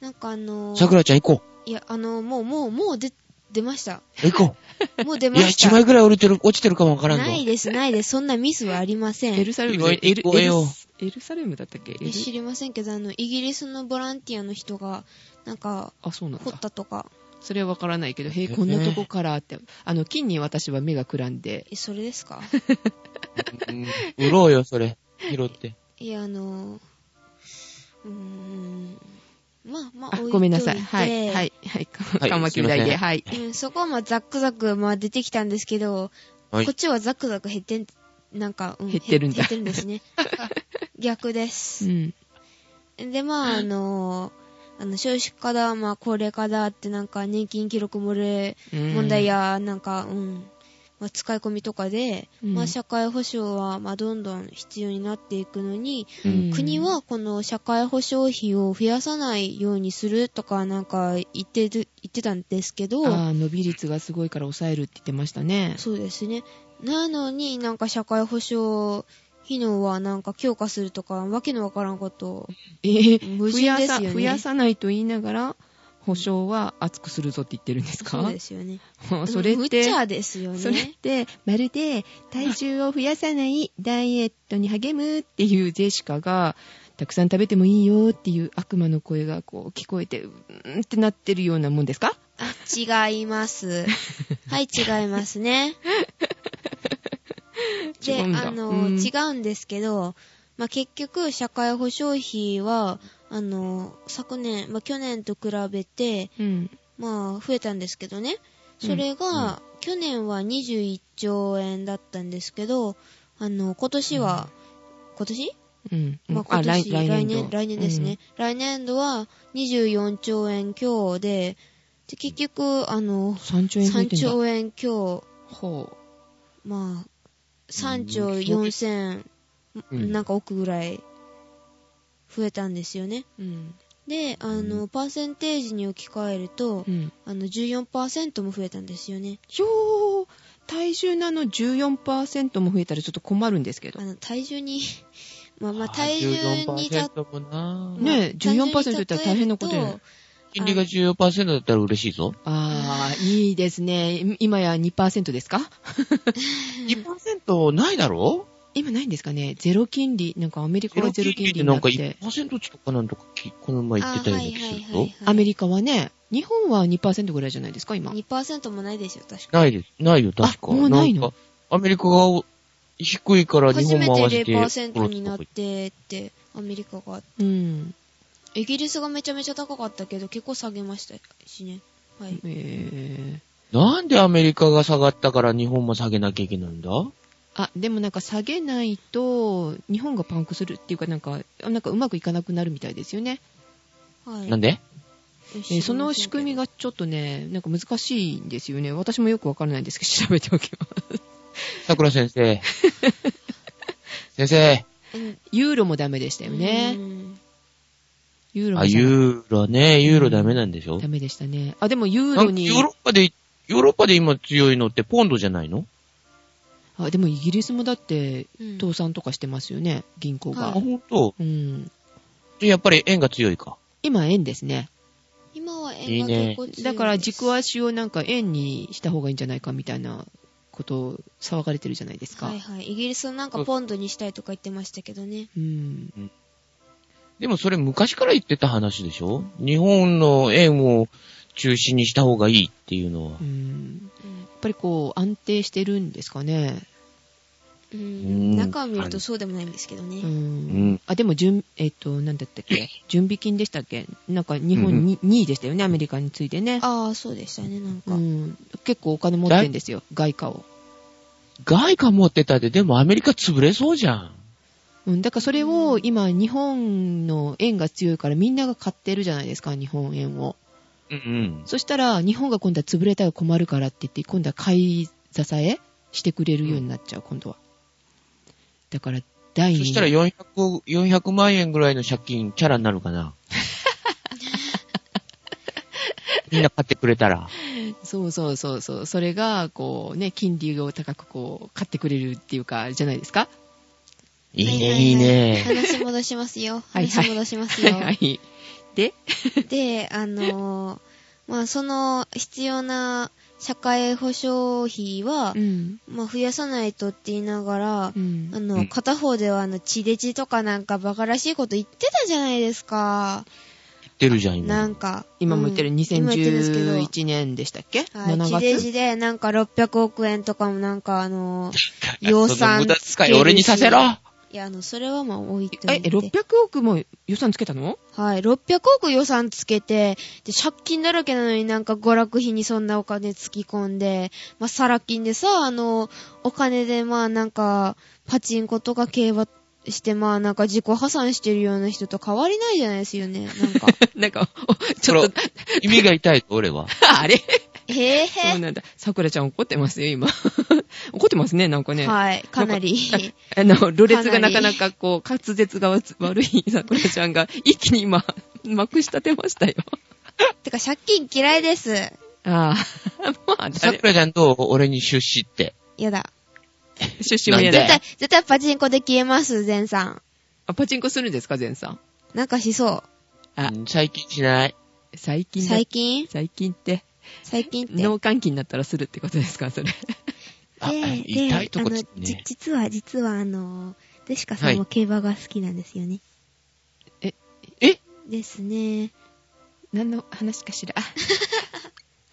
[SPEAKER 2] なんかあのー
[SPEAKER 3] 桜ちゃん行こ
[SPEAKER 2] いや、あの、もう、もう、もう出、出ま した。
[SPEAKER 3] う。行こ
[SPEAKER 2] もう出
[SPEAKER 3] う。
[SPEAKER 2] ま
[SPEAKER 3] いや、
[SPEAKER 2] した。
[SPEAKER 3] 1枚ぐらい降りてる、落ちてるかもわからんぞ。
[SPEAKER 2] ないです、ないです。そんなミスはありません。
[SPEAKER 1] エルサレムで
[SPEAKER 3] 意外
[SPEAKER 1] エル
[SPEAKER 3] と怖え
[SPEAKER 1] エル
[SPEAKER 3] よ
[SPEAKER 1] エルサレムだったっけエル
[SPEAKER 2] え知りませんけど、あの、イギリスのボランティアの人が、なんか、
[SPEAKER 1] あそうなん
[SPEAKER 2] 掘
[SPEAKER 1] だ
[SPEAKER 2] ったとか、
[SPEAKER 1] それはわからないけどへえ
[SPEAKER 3] え
[SPEAKER 1] こんなとこからってあの金に私は目がくらんで
[SPEAKER 2] え、それですか
[SPEAKER 3] うん売ろうよ、それ。拾って。
[SPEAKER 2] いや、あの、うーん、まあ、まあ
[SPEAKER 1] あ、
[SPEAKER 2] 置いといて
[SPEAKER 1] ごめんなさいはいはいはい
[SPEAKER 3] はい
[SPEAKER 1] 緩和球大
[SPEAKER 3] すいませ
[SPEAKER 1] で
[SPEAKER 3] ん
[SPEAKER 1] はい
[SPEAKER 2] うんそこはまあ、ザックザク、まあ、出てきたんですけど、
[SPEAKER 3] はい
[SPEAKER 2] こっちはザックザク減ってん、なんか、うん、
[SPEAKER 1] 減ってるんだ
[SPEAKER 2] 減ってるんですね。逆です
[SPEAKER 1] う。ん
[SPEAKER 2] で、まあ、あの、あの少子化だ、まあ、高齢化だって、なんか、年金記録漏れ
[SPEAKER 1] うん
[SPEAKER 2] 問題や、なんか、うん、まあ、使い込みとかで、
[SPEAKER 1] うん
[SPEAKER 2] まあ、社会保障は、まあ、どんどん必要になっていくのに、
[SPEAKER 1] うん
[SPEAKER 2] 国はこの社会保障費を増やさないようにするとか、なんか、言ってる、言ってたんですけど、
[SPEAKER 1] あー伸び率がすごいから抑えるって言ってましたね。
[SPEAKER 2] そうですね。なのになんか社会保障費能はなんか強化するとか、わけのわからんことを
[SPEAKER 1] えー
[SPEAKER 2] 矛
[SPEAKER 1] 増
[SPEAKER 2] 盾
[SPEAKER 1] や
[SPEAKER 2] ですよ
[SPEAKER 1] さ、
[SPEAKER 2] ね
[SPEAKER 1] 増やさないと言いながら、保証は厚くするぞって言ってるんですか
[SPEAKER 2] そうですよね。
[SPEAKER 1] もうそれっ
[SPEAKER 2] 無
[SPEAKER 1] て、
[SPEAKER 2] 茶ですよね。
[SPEAKER 1] それって、まるで体重を増やさないダイエットに励むっていうジェシカが、たくさん食べてもいいよっていう悪魔の声がこう聞こえて、うーんってなってるようなもんですか
[SPEAKER 2] あ、違 います。はい、違いますね。
[SPEAKER 1] 違
[SPEAKER 2] で、
[SPEAKER 1] うんだ
[SPEAKER 2] あの、
[SPEAKER 1] うん
[SPEAKER 2] 違うんですけど、まあ、結局、社会保障費は、あの、昨年、まあ、去年と比べて、
[SPEAKER 1] うん。
[SPEAKER 2] まあ、増えたんですけどね。
[SPEAKER 1] うん
[SPEAKER 2] それが、去年は21兆円だったんですけど、あの、今年は、今年
[SPEAKER 1] うん。
[SPEAKER 2] まあ、今年、来年、
[SPEAKER 1] 度
[SPEAKER 2] 来年ですね。。来年度は24兆円強で、で結局、あの
[SPEAKER 1] うん、3兆円増え
[SPEAKER 2] 3
[SPEAKER 1] てんだ。
[SPEAKER 2] 兆円強、
[SPEAKER 1] ほ
[SPEAKER 2] まあ、3兆
[SPEAKER 3] うん
[SPEAKER 2] 4千、
[SPEAKER 3] うん
[SPEAKER 2] なんか億ぐらい増えたんですよね。
[SPEAKER 1] う。うん。
[SPEAKER 2] で、あの、パーセンテージに置き換えると
[SPEAKER 1] う、ん。
[SPEAKER 2] あの、14%も増えたんですよね。
[SPEAKER 1] ひょー、体重なの14%も増えたらちょっと困るんですけど
[SPEAKER 2] あ。の、体重に、 まあまあ、体重にた、
[SPEAKER 3] 14%もな
[SPEAKER 1] ねえ14%だったら大変なこと
[SPEAKER 2] だ
[SPEAKER 1] や
[SPEAKER 2] よ
[SPEAKER 1] ね
[SPEAKER 3] 金利が14%だったら嬉しいぞ。
[SPEAKER 1] ああ、いいですね。い今や2%ですか
[SPEAKER 3] 2%ないだろ
[SPEAKER 1] 今ないんですかねゼロ金利。なんかアメリカ
[SPEAKER 3] ゼ
[SPEAKER 1] は
[SPEAKER 3] ロ
[SPEAKER 1] ゼロ
[SPEAKER 3] 金
[SPEAKER 1] 金
[SPEAKER 3] 利
[SPEAKER 1] 利
[SPEAKER 3] で
[SPEAKER 1] に
[SPEAKER 3] な
[SPEAKER 1] なっ
[SPEAKER 3] んか
[SPEAKER 1] て。
[SPEAKER 3] 1%とかなんとかきこの前言ってたような気するぞ。
[SPEAKER 1] アメリカはね、日本は2%ぐらいじゃないですか、今。
[SPEAKER 2] 2%もないですよ、確か。
[SPEAKER 3] ないです。ないよ、確か。
[SPEAKER 1] あもうないの
[SPEAKER 3] んかアメリカが低いから日
[SPEAKER 2] 初
[SPEAKER 3] 本
[SPEAKER 2] め
[SPEAKER 3] も合わせ
[SPEAKER 2] て
[SPEAKER 3] て。
[SPEAKER 2] 0%になってって、アメリカが。
[SPEAKER 1] うん。
[SPEAKER 2] イギリスがめちゃめちゃ高かったけど、結構下げましたしね。はい。
[SPEAKER 1] えー、
[SPEAKER 3] なんでアメリカが下がったから日本も下げなきゃいけないんだ
[SPEAKER 1] あ、でもなんか下げないと、日本がパンクするっていうかなんか、なんかうまくいかなくなるみたいですよね。
[SPEAKER 2] はい。
[SPEAKER 3] なんで
[SPEAKER 1] えーその仕組み
[SPEAKER 2] が。
[SPEAKER 1] がちょっとね、なんか難しいんですよね。私もよくわからないんですけど、 調べておきます。
[SPEAKER 3] 桜先 生。先生。
[SPEAKER 2] うん
[SPEAKER 1] ユーロもダメでしたよ
[SPEAKER 2] う
[SPEAKER 1] ね。
[SPEAKER 2] ん
[SPEAKER 1] ユーロ
[SPEAKER 3] あ、
[SPEAKER 1] も下が
[SPEAKER 3] ユーロね。ユーロダメなんでしょ
[SPEAKER 1] ダメでしたね。あ、でもユー
[SPEAKER 3] な
[SPEAKER 1] ロ
[SPEAKER 3] んか
[SPEAKER 1] に
[SPEAKER 3] ヨー、ロッパで、ヨーロッパで今強いのってポンドじゃないの
[SPEAKER 1] あ、でもイギリスもだって、
[SPEAKER 2] うん
[SPEAKER 1] 倒産とかしてますよね、銀行
[SPEAKER 3] あ、
[SPEAKER 1] が
[SPEAKER 2] は。
[SPEAKER 3] ほんと。
[SPEAKER 1] うん。
[SPEAKER 3] で、やっぱり円が強いか。
[SPEAKER 1] 今、円ですね。
[SPEAKER 2] 今は円
[SPEAKER 3] いい
[SPEAKER 2] が
[SPEAKER 3] ね
[SPEAKER 2] 結構強いです
[SPEAKER 1] だから軸足をなんか円にした方がいいんじゃないかみたいなことを騒がれてるじゃないですか。
[SPEAKER 2] はいはい。イギリスはなんかポンドにしたいとか言ってましたけどね。
[SPEAKER 1] うん。
[SPEAKER 3] でもそれ昔から言ってた話でしょ日本の円を中心にした方がいいっていうのは
[SPEAKER 1] う。ん。
[SPEAKER 2] うん
[SPEAKER 1] やっぱりこう、安定してるんですかね。
[SPEAKER 2] うんん、中を見るとそうでもないんですけど
[SPEAKER 1] う。
[SPEAKER 2] ね。
[SPEAKER 3] うんん。
[SPEAKER 1] あ、でも、準、えっ、と、なんだったっけ準備金でしたっけなんか日
[SPEAKER 3] うんう
[SPEAKER 1] 本
[SPEAKER 3] ん
[SPEAKER 1] に2位でしたよね、アメリカに次いでね。
[SPEAKER 2] ああ、そうでしたね、なん
[SPEAKER 1] う
[SPEAKER 2] か。
[SPEAKER 1] ん、結構お金持ってんですよ、外貨を。
[SPEAKER 3] 外貨持ってたって、でもアメリカ潰れそうじゃん。
[SPEAKER 1] うん、だからそれを今、日本の円が強いからみんなが買ってるじゃないですか、日本円を。
[SPEAKER 3] うんうん。
[SPEAKER 1] そしたら、日本が今度は潰れたら困るからって言って、今度は買い支えしてくれるようになっちゃう、今度は。だから、第
[SPEAKER 3] そしたら
[SPEAKER 1] 2
[SPEAKER 3] 400、400万円ぐらいの借金、チャラになるか な。みんな買ってくれたら。
[SPEAKER 1] そうそうそうそう、それが、こうね、金利を高くこう、買ってくれるっていうか、じゃないですか。
[SPEAKER 3] いい
[SPEAKER 2] は
[SPEAKER 3] ね、
[SPEAKER 2] はい
[SPEAKER 3] い ね。
[SPEAKER 2] 話戻しますよ。
[SPEAKER 1] はいはい
[SPEAKER 2] 話戻します
[SPEAKER 1] は
[SPEAKER 2] よ。
[SPEAKER 1] いはい。で、
[SPEAKER 2] で、あのーまあ、その必要な社会保障費は、
[SPEAKER 1] うん。
[SPEAKER 2] まあ、増やさないとって言いながら、
[SPEAKER 1] うん
[SPEAKER 2] あ
[SPEAKER 3] う
[SPEAKER 2] の、
[SPEAKER 3] ん
[SPEAKER 2] 片方ではあの、地デジとかなんかバカらしいこと言ってたじゃないですか。
[SPEAKER 3] 言ってるじゃん、今。
[SPEAKER 2] なんか。
[SPEAKER 1] 今も言ってる
[SPEAKER 2] うん今言ってるんですけど
[SPEAKER 1] 2011年でしたっけ、
[SPEAKER 2] はい、
[SPEAKER 1] 7
[SPEAKER 2] 地デ
[SPEAKER 1] 月
[SPEAKER 2] ジでなんか600億円とかもなんかあのー、
[SPEAKER 3] いや
[SPEAKER 2] 養
[SPEAKER 3] その
[SPEAKER 2] 蚕
[SPEAKER 3] 無駄
[SPEAKER 2] つけ
[SPEAKER 3] 遣い
[SPEAKER 2] るし
[SPEAKER 3] 俺にさせろ
[SPEAKER 2] いや、あの、それはまあ置いと
[SPEAKER 1] え、
[SPEAKER 2] いて。
[SPEAKER 1] 600億も予算つけたの
[SPEAKER 2] はい、600億予算つけて、で、借金だらけなのになんか娯楽費にそんなお金突き込んで、まあ、サラ金でさ、あの、お金でまあなんか、パチンコとか競馬してまあなんか自己破産してるような人と変わりないじゃないですよね、なんか。
[SPEAKER 1] なん か、おち
[SPEAKER 3] そ
[SPEAKER 1] ょ
[SPEAKER 3] れ
[SPEAKER 1] っと、
[SPEAKER 3] 耳が痛いぞ、俺は。
[SPEAKER 1] あれ
[SPEAKER 2] へえ
[SPEAKER 1] そうなんだ。桜ちゃん怒ってますよ、今。 怒ってますね、なんかね。
[SPEAKER 2] はい、かなり。
[SPEAKER 1] あの、ろれつが
[SPEAKER 2] かな
[SPEAKER 1] な
[SPEAKER 2] り
[SPEAKER 1] かなかこう、滑舌が悪い 桜ちゃんが、一気に今、 まくしたてましたよ。
[SPEAKER 2] てか借金嫌いです。
[SPEAKER 1] ああ、 まあ、誰も
[SPEAKER 3] 桜ちゃんと俺に出資って。
[SPEAKER 2] やだ。
[SPEAKER 1] 出資もや
[SPEAKER 3] な
[SPEAKER 1] な
[SPEAKER 2] 絶
[SPEAKER 3] ん
[SPEAKER 1] い
[SPEAKER 3] で。
[SPEAKER 2] 対、絶対パチンコで消えます、全さん。
[SPEAKER 1] あ、パチンコするんですか、前さん。
[SPEAKER 2] なんかしそ
[SPEAKER 1] あ
[SPEAKER 3] うん最近しない。
[SPEAKER 1] 最
[SPEAKER 2] う。
[SPEAKER 1] 近だ
[SPEAKER 2] 最近
[SPEAKER 1] 最近って、
[SPEAKER 2] 最近って。
[SPEAKER 1] 脳換気になったらするってことですか、それ。
[SPEAKER 3] あ
[SPEAKER 2] で、で、
[SPEAKER 3] 痛いとこつく
[SPEAKER 2] あのじ
[SPEAKER 3] ね。
[SPEAKER 2] 実は、実は、あの、デシカさ
[SPEAKER 3] は
[SPEAKER 2] ん
[SPEAKER 3] い
[SPEAKER 2] も競馬が好きなんですよね。
[SPEAKER 3] え
[SPEAKER 2] ですね。
[SPEAKER 1] 何の話かしら。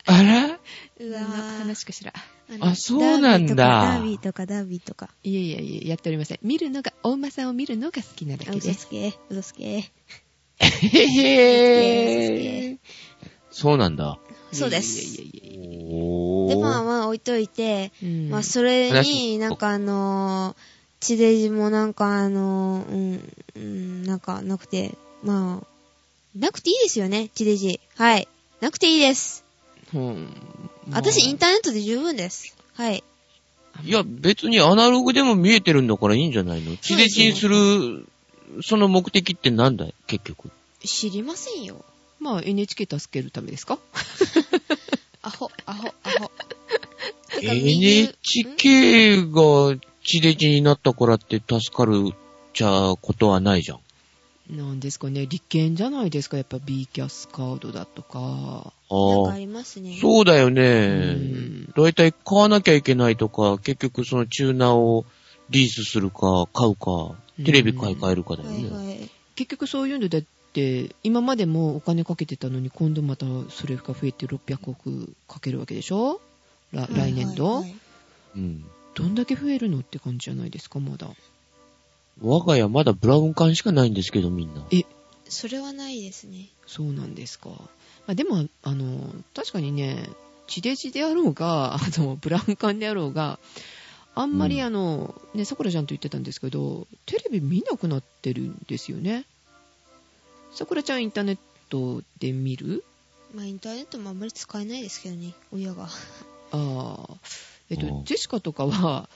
[SPEAKER 3] あら
[SPEAKER 2] うわ
[SPEAKER 1] 何の
[SPEAKER 2] ぁ。
[SPEAKER 1] 話かしら。
[SPEAKER 2] の
[SPEAKER 3] あそうなんだ
[SPEAKER 2] ダービーとか、ダービーとか、
[SPEAKER 1] いえいえいえ、やっておりません。見るのが、お馬さんを見るのが好きなだ
[SPEAKER 2] ダービーと
[SPEAKER 1] け
[SPEAKER 2] か。あ、嘘
[SPEAKER 1] で
[SPEAKER 2] つ
[SPEAKER 1] す。
[SPEAKER 2] け、嘘つけ。
[SPEAKER 3] へへー。そうなんだ。
[SPEAKER 2] そうです。
[SPEAKER 1] いえいえいえいえいえ
[SPEAKER 3] お
[SPEAKER 2] で、まあ
[SPEAKER 3] ー。
[SPEAKER 2] まあ置いといて、
[SPEAKER 1] うん
[SPEAKER 2] まあそれに、
[SPEAKER 3] 話
[SPEAKER 2] なんかあの、地デジもなんかあの、うん、うん、なんかなくて、まあ、なくていいですよね、地デジ。はい。なくていいです。
[SPEAKER 1] うん
[SPEAKER 2] 私インターネットで十分です。はい。
[SPEAKER 3] いや、別にアナログでも見えてるんだからいいんじゃないの地
[SPEAKER 2] そうで
[SPEAKER 3] デ
[SPEAKER 2] す
[SPEAKER 3] ジ
[SPEAKER 2] ね
[SPEAKER 3] にする、その目的ってなんだい結局。
[SPEAKER 2] 知りませんよ。
[SPEAKER 1] まあ NHK 助けるためですか
[SPEAKER 2] アホ、アホ、 アホ。てか右ん
[SPEAKER 3] NHK が地デジになったからって助かるちゃことはないじゃん。
[SPEAKER 1] なんですかね、立憲じゃないですか、やっぱ B キャスカードだとか。
[SPEAKER 2] なん
[SPEAKER 3] あ
[SPEAKER 2] か
[SPEAKER 3] あ
[SPEAKER 2] あ。りますね。
[SPEAKER 3] そうだよね
[SPEAKER 1] ん。
[SPEAKER 3] だいたい買わなきゃいけないとか、結局そのチューナーをリースするか、買うか、テレビ買い替えるかだよ
[SPEAKER 2] はい
[SPEAKER 3] ね。
[SPEAKER 2] はい。
[SPEAKER 1] 結局そういうのだって、今までもお金かけてたのに、今度またそれが増えて600億かけるわけでしょら来年度、
[SPEAKER 2] はいはい
[SPEAKER 3] うん。
[SPEAKER 1] どんだけ増えるのって感じじゃないですか、まだ。
[SPEAKER 3] 我が家まだブラウン管しかないんですけど、みんな。
[SPEAKER 2] それはないですね。
[SPEAKER 1] そうなんですか。まあ、でも、あの、確かにね、地デジであろうが、あ の、ブラウン管であろうが、あんまり
[SPEAKER 3] うん
[SPEAKER 1] あの、ね、さくらちゃんと言ってたんですけど、テレビ見なくなってるんですよね。さくらちゃんインターネットで見る
[SPEAKER 2] まあ、インターネットもあんまり使えないですけどね、親が。
[SPEAKER 1] ああ。えっと
[SPEAKER 3] うん、
[SPEAKER 1] ジェシカとかは、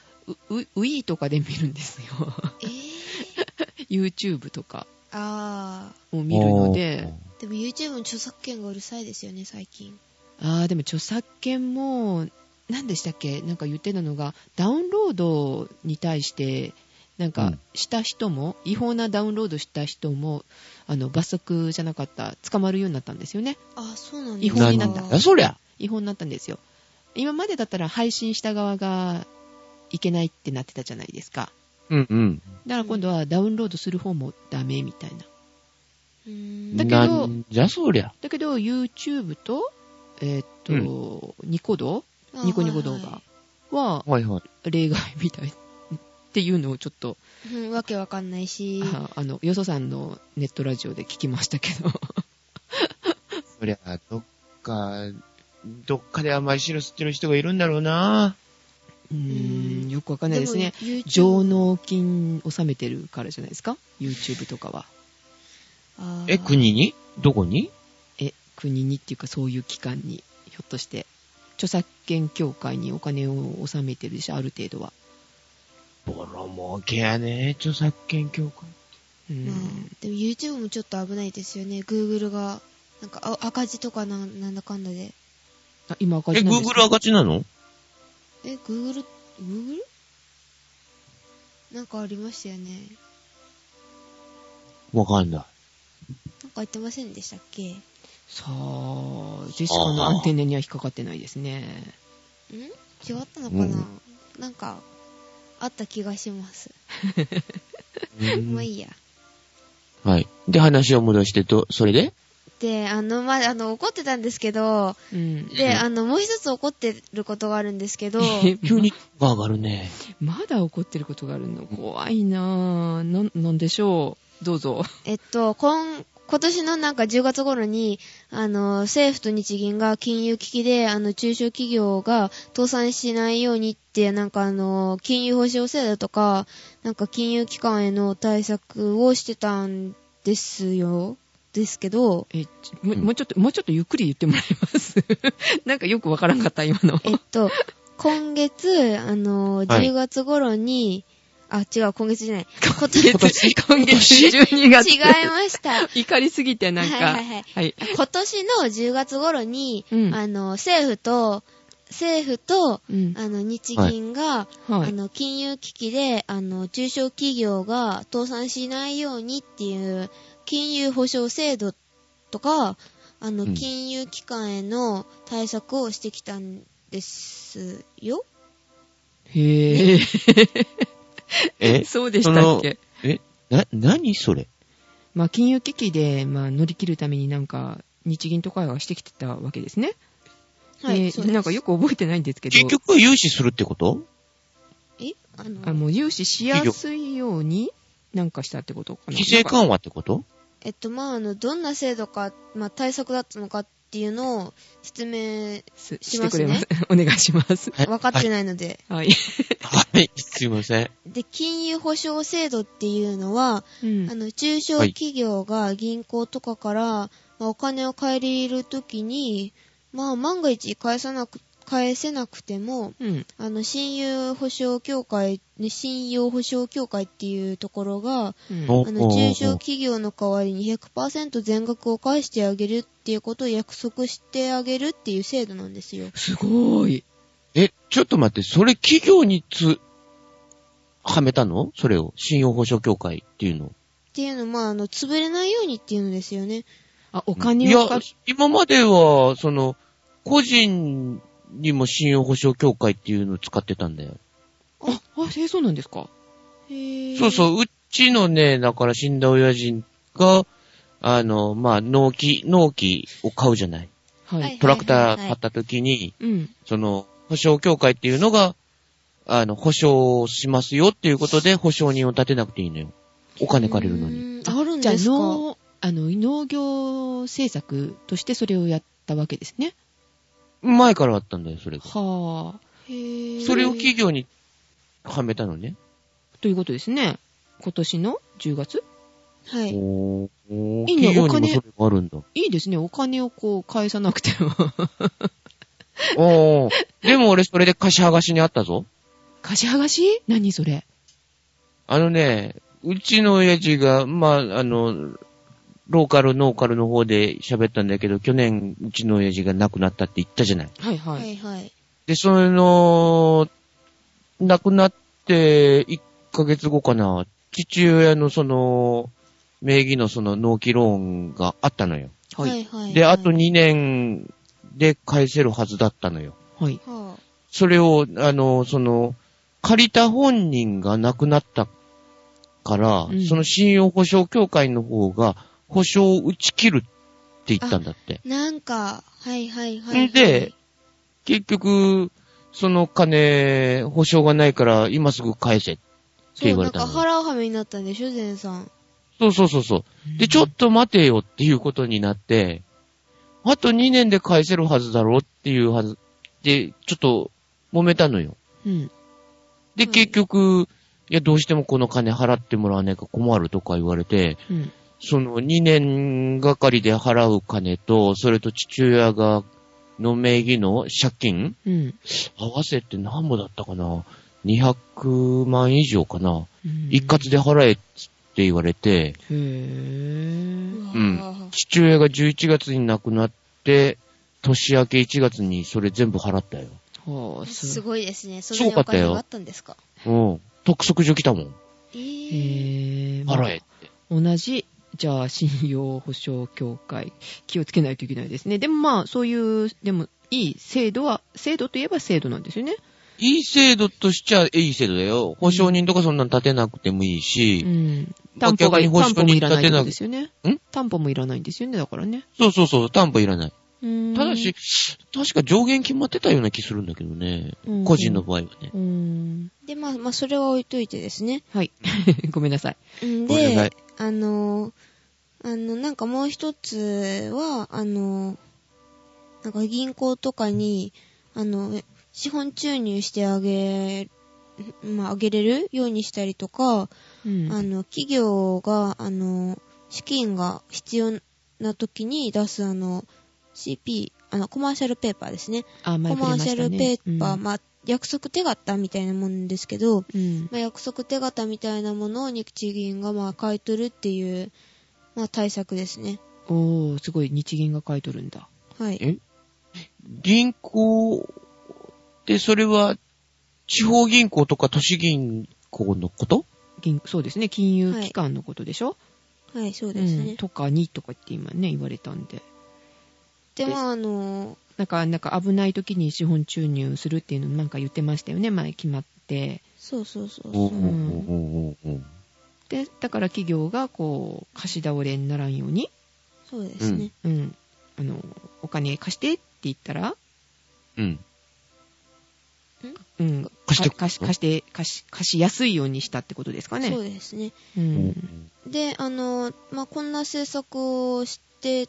[SPEAKER 1] ウウウィーとかで見るんですよ。
[SPEAKER 2] えー、
[SPEAKER 1] YouTube とか
[SPEAKER 2] あ
[SPEAKER 1] を見るので、
[SPEAKER 2] ー、でも YouTube の著作権がうるさいですよね、最近。
[SPEAKER 1] ああ、でも著作権も、何でしたっけなんか言ってたのが、ダウンロードに対して、なん
[SPEAKER 3] う
[SPEAKER 1] か
[SPEAKER 3] ん、
[SPEAKER 1] した人も、違法なダウンロードした人も、あの、罰則じゃなかった、捕まるようになったんですよね。
[SPEAKER 2] あー、そうなんだ。
[SPEAKER 1] 違
[SPEAKER 3] おー
[SPEAKER 1] 法になった
[SPEAKER 3] んだそりゃ。
[SPEAKER 1] 違法になったんですよ。今までだったら配信した側がいけないってなってたじゃないですか。
[SPEAKER 3] うんうん。
[SPEAKER 1] だから今度はダウンロードする方もダメみたいな。
[SPEAKER 2] うーん。
[SPEAKER 1] だけど
[SPEAKER 3] なんじゃそりゃ。
[SPEAKER 1] だけど YouTube と、えーっと、ニコ動
[SPEAKER 2] あー
[SPEAKER 1] ニコニコ動
[SPEAKER 2] は
[SPEAKER 1] 画は
[SPEAKER 3] はいはい。
[SPEAKER 1] 例外みたいっていうのをちょっと、
[SPEAKER 2] いはいうん、わけわかんないし。
[SPEAKER 1] ああの、よそさんのネットラジオで聞きましたけど。
[SPEAKER 3] そりゃ、どっか、どっかで甘い汁吸ってる人がいるんだろうな。
[SPEAKER 1] うーん、よくわかんないですね。
[SPEAKER 2] も YouTube
[SPEAKER 1] 上納金納めてるからじゃないですか ?YouTube とかは。
[SPEAKER 2] あー
[SPEAKER 3] え、国にどこに
[SPEAKER 1] え、国にっていうかそういう機関に、ひょっとして、著作権協会にお金を納めてるでしょ、ある程度は。
[SPEAKER 3] ボロ儲けやね、著作権協会。
[SPEAKER 1] うーん
[SPEAKER 2] まあ、でも YouTube もちょっと危ないですよね。Google が、なんかあ赤字とかななんだかんだで。
[SPEAKER 1] あ今赤
[SPEAKER 3] え、
[SPEAKER 1] 字なんですか
[SPEAKER 3] Google 赤字なの
[SPEAKER 2] え、Google、Google? なんかありましたよね。
[SPEAKER 3] わかんない。
[SPEAKER 2] なんか言ってませんでしたっけん
[SPEAKER 1] さあ、ジェシカのアンテナには引っかかってないですね。
[SPEAKER 2] 違ったのかな、
[SPEAKER 3] うん
[SPEAKER 2] なんか、あった気がします。
[SPEAKER 3] うん
[SPEAKER 2] まあいいや。
[SPEAKER 3] はい。で、話を戻してと、それで
[SPEAKER 2] で、あの、まあ、あの、怒ってたんですけど、
[SPEAKER 1] うん。
[SPEAKER 2] で、あの、もう一つ怒ってることがあるんですけど、
[SPEAKER 3] 急にが上がるね。
[SPEAKER 1] まだ怒ってることがあるの怖いなぁ。な、なんでしょう。どうぞ。
[SPEAKER 2] えっと、今、今年のなんか10月頃に、あの、政府と日銀が金融危機で、あの、中小企業が倒産しないようにって、なんかあの、金融保障制度とか、なんか金融機関への対策をしてたんですよ。ですけど、
[SPEAKER 1] え、ちも
[SPEAKER 3] うん
[SPEAKER 1] もうちょっと、もうちょっとゆっくり言ってもらえます なんかよくわからんかった、今の。
[SPEAKER 2] えっと、今月、あの、
[SPEAKER 3] はい
[SPEAKER 2] 10月頃に、あ、違う、今月じゃない。 今年、違い
[SPEAKER 1] 今月、今月12
[SPEAKER 2] ま
[SPEAKER 1] 月。
[SPEAKER 2] した。
[SPEAKER 1] 怒りすぎて、なんか。
[SPEAKER 2] はいはいはい今年の10月頃に、
[SPEAKER 1] うん
[SPEAKER 2] あの、政府と、政府と、
[SPEAKER 1] うん。
[SPEAKER 2] あの、日銀が、
[SPEAKER 1] は
[SPEAKER 2] あ
[SPEAKER 1] い。
[SPEAKER 2] の、金融危機で、あの、中小企業が倒産しないようにっていう、金融保障制度とか、あの、
[SPEAKER 3] うん
[SPEAKER 2] 金融機関への対策をしてきたんですよ。
[SPEAKER 1] へ
[SPEAKER 3] え
[SPEAKER 1] ぇ そうでしたっけ
[SPEAKER 3] え、な、何それ
[SPEAKER 1] まあ、金融危機で、まあ、乗り切るためになんか、日銀とかがしてきてたわけですね。
[SPEAKER 2] はい、
[SPEAKER 1] で
[SPEAKER 2] そうです
[SPEAKER 1] なんかよく覚えてないんですけど。
[SPEAKER 3] 結局は融資するってこと
[SPEAKER 2] えあの、
[SPEAKER 1] あの、融資しやすいように、なんかしたってことかな。
[SPEAKER 3] 規制緩和ってこと
[SPEAKER 2] えっと、まあ、あの、どんな制度か、まあ、対策だったのかっていうのを説明、
[SPEAKER 1] す
[SPEAKER 2] し
[SPEAKER 1] し
[SPEAKER 2] ま
[SPEAKER 1] てく
[SPEAKER 2] すね
[SPEAKER 1] れます。 お願いします。
[SPEAKER 2] 分かって
[SPEAKER 3] い。
[SPEAKER 2] ないので、
[SPEAKER 1] はい。
[SPEAKER 3] はい、すいません。
[SPEAKER 2] で、金融保障制度っていうのは、
[SPEAKER 1] うん
[SPEAKER 2] あの、中小企業が銀行とかから、まあお金を借りるときに、まあ、万が一返さなく、返せなくても、
[SPEAKER 1] うん。
[SPEAKER 2] あの、信用保証協会、ね信用保証協会っていうところが、
[SPEAKER 1] うん
[SPEAKER 3] お
[SPEAKER 2] あの、中小企業の代わりに100%全額を返してあげるっていうことを約束してあげるっていう制度なんですよ。
[SPEAKER 1] すごーい。
[SPEAKER 3] え、ちょっと待って、それ企業につ、はめたのそれを。信用保証協会っていうの。
[SPEAKER 2] っていうの、まあ、あの、潰れないようにっていうのですよね。
[SPEAKER 1] あ、お
[SPEAKER 3] お
[SPEAKER 1] 金
[SPEAKER 3] い
[SPEAKER 1] を
[SPEAKER 3] や
[SPEAKER 1] か、
[SPEAKER 3] 今までは、その、個人にも信用保証協会っていうのを使ってたんだよ。
[SPEAKER 1] あ、あ、えそうなんですか。
[SPEAKER 3] そう
[SPEAKER 2] う。
[SPEAKER 3] そう、うちのね、だから死んだ親父が、あの、まあ、納期、納期を買うじゃない。
[SPEAKER 1] はい。
[SPEAKER 2] はい
[SPEAKER 3] トラクター買った時に、
[SPEAKER 1] うん。
[SPEAKER 3] その、保証協会っていうのが、あの、保証しますよっていうことで、保証人を立てなくていいのよ。お金借りるのに。
[SPEAKER 2] うーんあるん
[SPEAKER 1] じゃあ
[SPEAKER 2] ですか
[SPEAKER 1] 農、あの、農業政策としてそれをやったわけですね。
[SPEAKER 3] 前からあったんだよ、それが。
[SPEAKER 1] はあ。
[SPEAKER 2] へー
[SPEAKER 3] それを企業にはめたのね。
[SPEAKER 1] ということですね。今年の10月
[SPEAKER 2] はい。
[SPEAKER 3] おーおー
[SPEAKER 1] いいね
[SPEAKER 3] 企業
[SPEAKER 1] お金
[SPEAKER 3] にもそれがあるんだ。
[SPEAKER 1] いいですね。お金をこう返さなくても。
[SPEAKER 3] おーでも俺それで貸し剥がしにあったぞ。
[SPEAKER 1] 貸し剥がし何それ。
[SPEAKER 3] あのね、うちの親父が、まあ、あの、ローカル、ノーカルの方で喋ったんだけど、去年うちの親父が亡くなったって言ったじゃない。
[SPEAKER 1] はいは。
[SPEAKER 2] はいいはい。
[SPEAKER 3] で、その、亡くなって1ヶ月後かな、父親のその、名義のその納期ローンがあったのよ。
[SPEAKER 1] は。
[SPEAKER 2] はいいはい。
[SPEAKER 3] で、あと2年で返せるはずだったのよ。
[SPEAKER 1] はい。
[SPEAKER 2] は
[SPEAKER 3] それを、あの、その、借りた本人が亡くなったから、
[SPEAKER 1] うん
[SPEAKER 3] その信用保証協会の方が、保証を打ち切るって言ったんだって。
[SPEAKER 2] あ、なんか、はいはいはい、はい。
[SPEAKER 3] で、結局、その金、保証がないから、今すぐ返せ。て
[SPEAKER 2] そ
[SPEAKER 3] 言
[SPEAKER 2] う、
[SPEAKER 3] わ
[SPEAKER 2] な
[SPEAKER 3] れ
[SPEAKER 2] ん
[SPEAKER 3] たの
[SPEAKER 2] か腹をはめになったんでしょ、ゼンさん。
[SPEAKER 3] そうそうそうそう。で、ちょっと待てよっていうことになって、あと2年で返せるはずだろうっていうはず、で、ちょっと揉めたのよ。
[SPEAKER 1] うん。
[SPEAKER 3] で、
[SPEAKER 2] うん
[SPEAKER 3] 結局、いや、どうしてもこの金払ってもらわないか困るとか言われて、
[SPEAKER 1] うん。
[SPEAKER 3] その2年がかりで払う金と、それと父親が、の名義の借金
[SPEAKER 1] うん。
[SPEAKER 3] 合わせて何もだったかな ?200 万以上かな
[SPEAKER 1] うん
[SPEAKER 3] 一括で払えって言われて、
[SPEAKER 1] へぇ
[SPEAKER 2] わ
[SPEAKER 3] うん
[SPEAKER 2] ぁ
[SPEAKER 3] 父親が11月に亡くなって、年明け1月にそれ全部払ったよ。
[SPEAKER 1] はあ、
[SPEAKER 2] す
[SPEAKER 1] す
[SPEAKER 2] ごいですね。そ
[SPEAKER 3] す
[SPEAKER 2] れ
[SPEAKER 3] ご
[SPEAKER 2] にお
[SPEAKER 3] かったよ
[SPEAKER 2] 金があったんですか
[SPEAKER 3] うん。督促状来たもん。
[SPEAKER 1] へ
[SPEAKER 2] え
[SPEAKER 1] ぇ
[SPEAKER 2] ー、
[SPEAKER 3] 払え。
[SPEAKER 1] 同じ、じゃあ、信用保証協会、気をつけないといけないですね。でもまあ、そういう、でも、いい制度は、制度といえば制度なんですよね。
[SPEAKER 3] いい制度としちゃいい制度だよ。保証人とかそんなん立てなくてもいいし、
[SPEAKER 1] うん。
[SPEAKER 3] まあ
[SPEAKER 1] 担保が、
[SPEAKER 3] 逆に保証
[SPEAKER 1] 担保もいらないっ
[SPEAKER 3] に立てない
[SPEAKER 1] てことですよね。
[SPEAKER 3] ん
[SPEAKER 1] 担保もいらないんですよね、だからね。
[SPEAKER 3] そうそうそう、担保いらない。
[SPEAKER 1] うーん
[SPEAKER 3] ただし、、確か上限決まってたような気するんだけどね。
[SPEAKER 1] うん
[SPEAKER 3] 個人の。場合はね。
[SPEAKER 1] うーん。
[SPEAKER 2] で、まあ、まあ、それは置いといてですね。
[SPEAKER 1] はい。ごめんなさい。
[SPEAKER 2] うん
[SPEAKER 3] ごめんな
[SPEAKER 2] で
[SPEAKER 3] さい、
[SPEAKER 2] あの、あの、なんかもう一つは、あの、なんか銀行とかに、あの、資本注入してあげ、まあ、あげれるようにしたりとか、
[SPEAKER 1] うん
[SPEAKER 2] あの、企業が、あの、資金が必要な時に出す、あの、CP、あの、コマーシャルペーパーですね。
[SPEAKER 1] あ、前
[SPEAKER 2] コ
[SPEAKER 1] 触れ
[SPEAKER 2] マー
[SPEAKER 1] ま
[SPEAKER 2] シャ
[SPEAKER 1] した
[SPEAKER 2] ル
[SPEAKER 1] ね
[SPEAKER 2] ペーパー、
[SPEAKER 1] うん
[SPEAKER 2] まあ、約束手形みたいなもんですけど、
[SPEAKER 1] うん。
[SPEAKER 2] まあ、約束手形みたいなものを日銀がまあ買い取るっていう、まあ、対策ですね。
[SPEAKER 1] おー、すごい、日銀が書いとるんだ。
[SPEAKER 2] はい。
[SPEAKER 3] え銀行ってそれは地方銀行とか都市銀行のこと
[SPEAKER 1] 銀そうですね、金融機関のことでしょ、
[SPEAKER 2] はい、そう
[SPEAKER 1] う
[SPEAKER 2] ですね。
[SPEAKER 1] ん。とかにとかって今ね、言われたんで。
[SPEAKER 2] で、まあ、あの、
[SPEAKER 1] なんか、なんか危ない時に資本注入するっていうのなんか言ってましたよね、前決まって。
[SPEAKER 2] そうそうそう
[SPEAKER 3] おうおう
[SPEAKER 2] そう。
[SPEAKER 3] おうおうおう
[SPEAKER 1] で、だから企業がこう、貸し倒れにならんように、
[SPEAKER 2] そうですね。
[SPEAKER 1] うん。あの、お金貸してって言ったら、
[SPEAKER 3] うん。
[SPEAKER 1] うん。
[SPEAKER 3] 貸して
[SPEAKER 1] か貸し、貸して、貸し、貸しやすいようにしたってことですかね。
[SPEAKER 2] そうですね。
[SPEAKER 1] う。
[SPEAKER 3] うんん
[SPEAKER 2] で、あの、まあ、こんな政策をして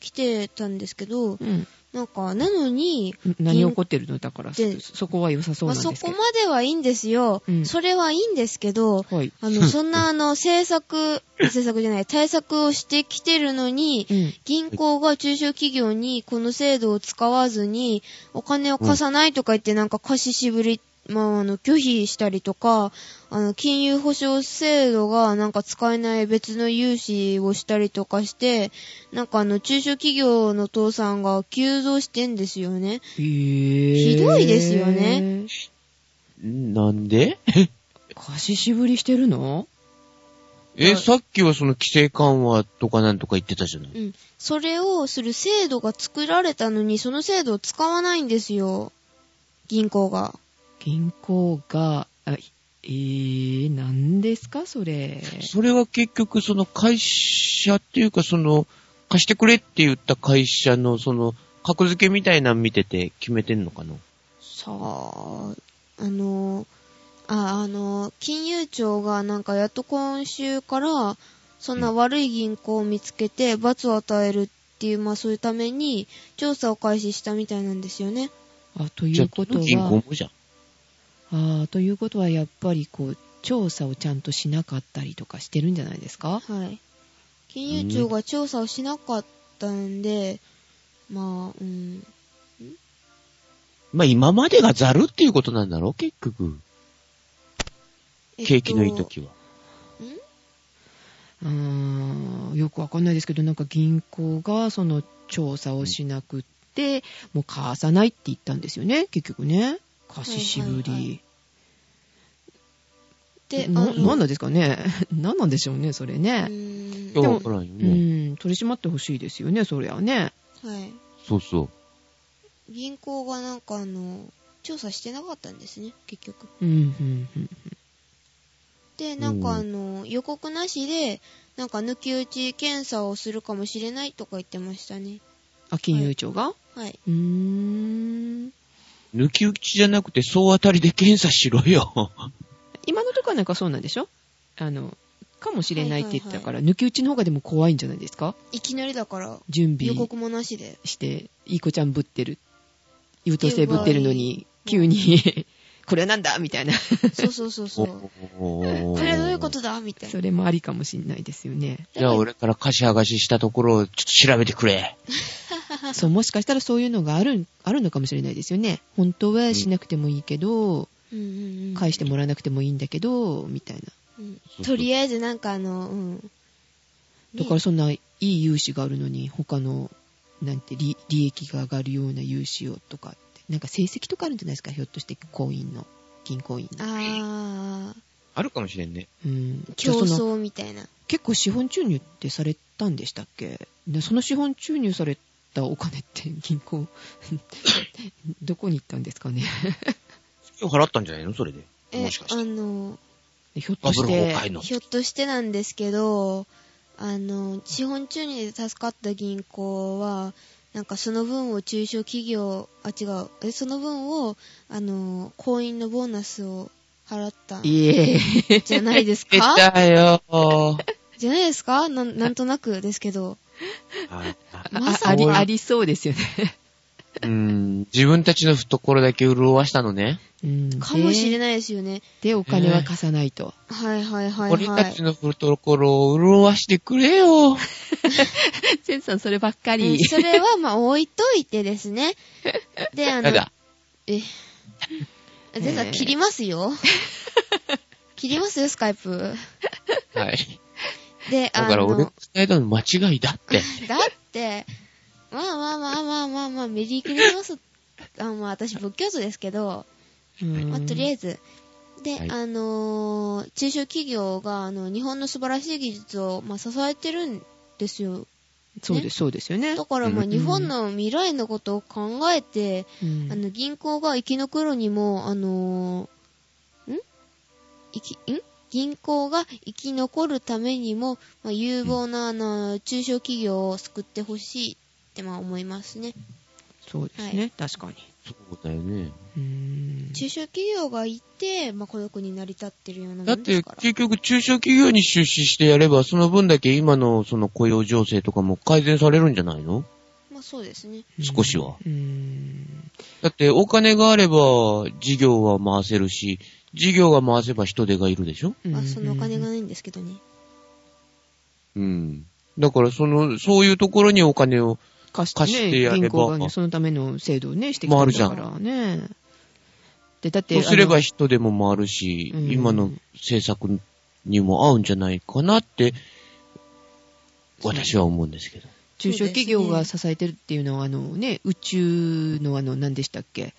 [SPEAKER 2] きてたんですけど、
[SPEAKER 1] うん。
[SPEAKER 2] なんか、なのに、
[SPEAKER 1] 何起こってるのだから、そ
[SPEAKER 2] で
[SPEAKER 1] そこは良さそう
[SPEAKER 2] まあ、
[SPEAKER 1] なん
[SPEAKER 2] そ
[SPEAKER 1] ですけ
[SPEAKER 2] こ
[SPEAKER 1] ど。
[SPEAKER 2] まではいいんですよ。
[SPEAKER 1] うん
[SPEAKER 2] それはいいんですけど、
[SPEAKER 1] はい。
[SPEAKER 2] あの、そんな、あの、政策、政策じゃない、対策をしてきてるのに
[SPEAKER 1] う、ん。
[SPEAKER 2] 銀行が中小企業にこの制度を使わずにお金を貸さないとか言ってなんか貸ししぶり、まあ、あの拒否したりとかあの金融保障制度がなんか使えない別の融資をしたりとかしてなんかあの中小企業の倒産が急増してんですよね。
[SPEAKER 1] へひ
[SPEAKER 2] ひどいですよね。
[SPEAKER 3] なん で
[SPEAKER 1] 貸ししぶりしてるの
[SPEAKER 3] え、
[SPEAKER 2] はい
[SPEAKER 3] さっきはその規制緩和とかなんとか言ってたじゃない
[SPEAKER 2] うん、それをする制度が作られたのにその制度を使わないんですよ銀行が。
[SPEAKER 1] 銀行が、あえー、何ですかそれ。
[SPEAKER 3] それは結局、その会社っていうか、その、貸してくれって言った会社の、その、格付けみたいなの見てて決めてんのかな
[SPEAKER 2] さあ、あの、あ、あの、金融庁がなんかやっと今週から、そんな悪い銀行を見つけて罰を与えるっっていう、まあそういうために調査を開始したみたいなんですよね。
[SPEAKER 1] あ、とい
[SPEAKER 3] じゃ
[SPEAKER 1] う
[SPEAKER 3] あ、
[SPEAKER 1] こと
[SPEAKER 3] 銀行
[SPEAKER 1] は、
[SPEAKER 3] もじゃん。
[SPEAKER 1] あということはやっぱりこう、調査をちゃんとしなかったりとかしてるんじゃないですか
[SPEAKER 2] はい。金融庁が調査をしなかったんで、まあ、うん。
[SPEAKER 3] まあ、今までがざるっていうことなんだろう、結局。
[SPEAKER 2] えっと
[SPEAKER 3] 景気のいい時は。
[SPEAKER 1] うーんよくわかんないですけど、なんか銀行がその調査をしなくって、もう貸さないって言ったんですよね、結局ね。貸ししぶ
[SPEAKER 2] はいはいは
[SPEAKER 1] り。
[SPEAKER 2] で、
[SPEAKER 1] な、
[SPEAKER 2] あの
[SPEAKER 1] なんなんですかね なんなんでしょうね、それ
[SPEAKER 2] う
[SPEAKER 1] ね。
[SPEAKER 2] ん
[SPEAKER 3] 今日は来ないよ
[SPEAKER 1] う
[SPEAKER 3] ね。
[SPEAKER 1] ん、取り締まってほしいですよね、そりゃね。
[SPEAKER 2] はい。
[SPEAKER 3] そうそう。
[SPEAKER 2] 銀行がなんかあの、調査してなかったんですね、結局。
[SPEAKER 1] うん、うん、うん。
[SPEAKER 2] で、なん
[SPEAKER 3] う
[SPEAKER 2] か
[SPEAKER 3] ん
[SPEAKER 2] あの、予告なしで、なんか抜き打ち検査をするかもしれないとか言ってましたね。
[SPEAKER 1] あ、金融庁が、
[SPEAKER 2] はい。
[SPEAKER 1] うーん。
[SPEAKER 3] 抜き打ちじゃなくて、総当たりで検査しろよ。
[SPEAKER 1] 今のとこはなんかそうなんでしょあの、かもしれないって言ったから、抜き打ちの方がでも怖いんじゃないですか
[SPEAKER 2] いきなりだから、
[SPEAKER 1] 準
[SPEAKER 2] 予
[SPEAKER 1] 備。
[SPEAKER 2] 告もなしで。
[SPEAKER 1] して、いい子ちゃんぶってる、優等生ぶってるのに、急に、 これはなんだみたいな。
[SPEAKER 2] そうそうそうそう。こ
[SPEAKER 3] こ
[SPEAKER 2] れはどういうことだみたいな
[SPEAKER 1] そ。れもありかもしんないですよね。
[SPEAKER 3] じゃあ、俺から貸し剥がししたところをちょっと調べてくれ。
[SPEAKER 1] そう、もしかしたらそういうのがある、あるのかもしれないですよね。本当はしなくてもいいけど、
[SPEAKER 2] うんうんうん。
[SPEAKER 1] 返してもらわなくてもいいんだけど、みたいな。
[SPEAKER 2] うんとりあえずなんかあの、うん。
[SPEAKER 1] だから
[SPEAKER 2] ね
[SPEAKER 1] そんないい融資があるのに、他の、なんて利、利益が上がるような融資をとかって、なんか成績とかあるんじゃないですか、ひょっとして、行員の、銀行員の。
[SPEAKER 2] あ
[SPEAKER 3] あるかもしれんね。
[SPEAKER 1] うん。
[SPEAKER 2] ー、
[SPEAKER 1] じゃあそ
[SPEAKER 2] 競
[SPEAKER 1] の
[SPEAKER 2] 争みたいな。
[SPEAKER 1] 結構資本注入ってされたんでしたっけでその資本注入されたお金って銀行 どこに行ったんですかね
[SPEAKER 3] 今日払ったんじゃないのそれで。
[SPEAKER 2] え
[SPEAKER 3] もしか、し
[SPEAKER 2] あ
[SPEAKER 3] て。
[SPEAKER 2] の、
[SPEAKER 1] ひょっ
[SPEAKER 3] バ
[SPEAKER 1] と
[SPEAKER 3] ブ
[SPEAKER 1] し
[SPEAKER 3] ル崩
[SPEAKER 1] て
[SPEAKER 3] 壊の。
[SPEAKER 2] ひょっとしてなんですけど、あの、資本注入で助かった銀行は、なんかその分を中小企業、あ、違う、え、その分を、あの、婚姻のボーナスを払ったんじ
[SPEAKER 1] いえ
[SPEAKER 2] ゃないですか
[SPEAKER 3] たよ
[SPEAKER 2] じゃないですかなんなんとなくですけど。
[SPEAKER 1] あ
[SPEAKER 2] ま
[SPEAKER 1] あ
[SPEAKER 2] さ
[SPEAKER 1] あ
[SPEAKER 2] か
[SPEAKER 1] りありそうですよね、
[SPEAKER 3] うん、自分たちの懐だけ潤わしたのね。
[SPEAKER 1] うん、
[SPEAKER 2] かもしれ
[SPEAKER 1] い
[SPEAKER 2] ないですよね。
[SPEAKER 1] でお金は貸さないと、
[SPEAKER 2] はいはいはい
[SPEAKER 3] 俺
[SPEAKER 2] は
[SPEAKER 3] た
[SPEAKER 2] い
[SPEAKER 3] ち。の懐を潤わしてくれよ。
[SPEAKER 1] センさんそればっか
[SPEAKER 2] う
[SPEAKER 1] り
[SPEAKER 2] んそれはまあ置いといてです ね。で、あ
[SPEAKER 3] た
[SPEAKER 2] の、
[SPEAKER 3] だ、
[SPEAKER 2] え、ゼンさ
[SPEAKER 1] え
[SPEAKER 2] ん
[SPEAKER 1] ー
[SPEAKER 2] 切りますよ。切りますよ、スカイプ。
[SPEAKER 3] はい。
[SPEAKER 2] で、
[SPEAKER 3] だ
[SPEAKER 2] あ
[SPEAKER 3] から俺
[SPEAKER 2] の
[SPEAKER 3] の、伝えたの間違いだって。
[SPEAKER 2] だって、まあまあまあまあまあまあ、メリークリスマス、あまあ私仏教徒ですけど、
[SPEAKER 1] うん
[SPEAKER 2] まあとりあえず、で、
[SPEAKER 3] はい
[SPEAKER 2] あのー中小企業が、あの、日本の素晴らしい技術を、まあ支えてるんですよ。
[SPEAKER 1] そうですそうですよね
[SPEAKER 2] だからまあ
[SPEAKER 3] うん
[SPEAKER 2] 日本の未来のことを考えて、
[SPEAKER 1] うん
[SPEAKER 2] あの、銀行が生き残るにも、あのーん生き、ん銀行が生き残るためにも、まあ、有望な、あのー、中小企業を救ってほしいって、まあ、思いますね。
[SPEAKER 1] そうですね、確かに
[SPEAKER 3] そうだよね。
[SPEAKER 1] うん
[SPEAKER 2] 中小企業がいて、まあ、孤独になり立ってるようなも
[SPEAKER 3] だっ
[SPEAKER 2] んで
[SPEAKER 3] て
[SPEAKER 2] すから。
[SPEAKER 3] 結局中小企業に出資してやれば、その分だけ今のその雇用情勢とかも改善されるんじゃないの
[SPEAKER 2] まあ、そうですね。
[SPEAKER 3] 少しは
[SPEAKER 1] うん
[SPEAKER 3] だってお金があれば事業は回せるし、事業が回せば人手がいるでしょ
[SPEAKER 2] まあ、そのお金が
[SPEAKER 1] うん
[SPEAKER 2] ないんですけどね。
[SPEAKER 3] うん。だからその、そういうところにお金を、
[SPEAKER 1] 貸して,、
[SPEAKER 3] 貸してやれ
[SPEAKER 1] 銀
[SPEAKER 3] ば
[SPEAKER 1] 行がね、そのための制度をね、してきたんだか
[SPEAKER 2] 回る
[SPEAKER 1] らね。で、だって、
[SPEAKER 3] そうすれ
[SPEAKER 1] あ
[SPEAKER 3] ば
[SPEAKER 1] の
[SPEAKER 3] 人手も回るし、
[SPEAKER 1] うん
[SPEAKER 3] 今の政策にも合うんじゃないかなって、私は思うんですけど。
[SPEAKER 1] 中小企業が支えてるっていうのは、あのね、宇宙のあの、何でしたっけ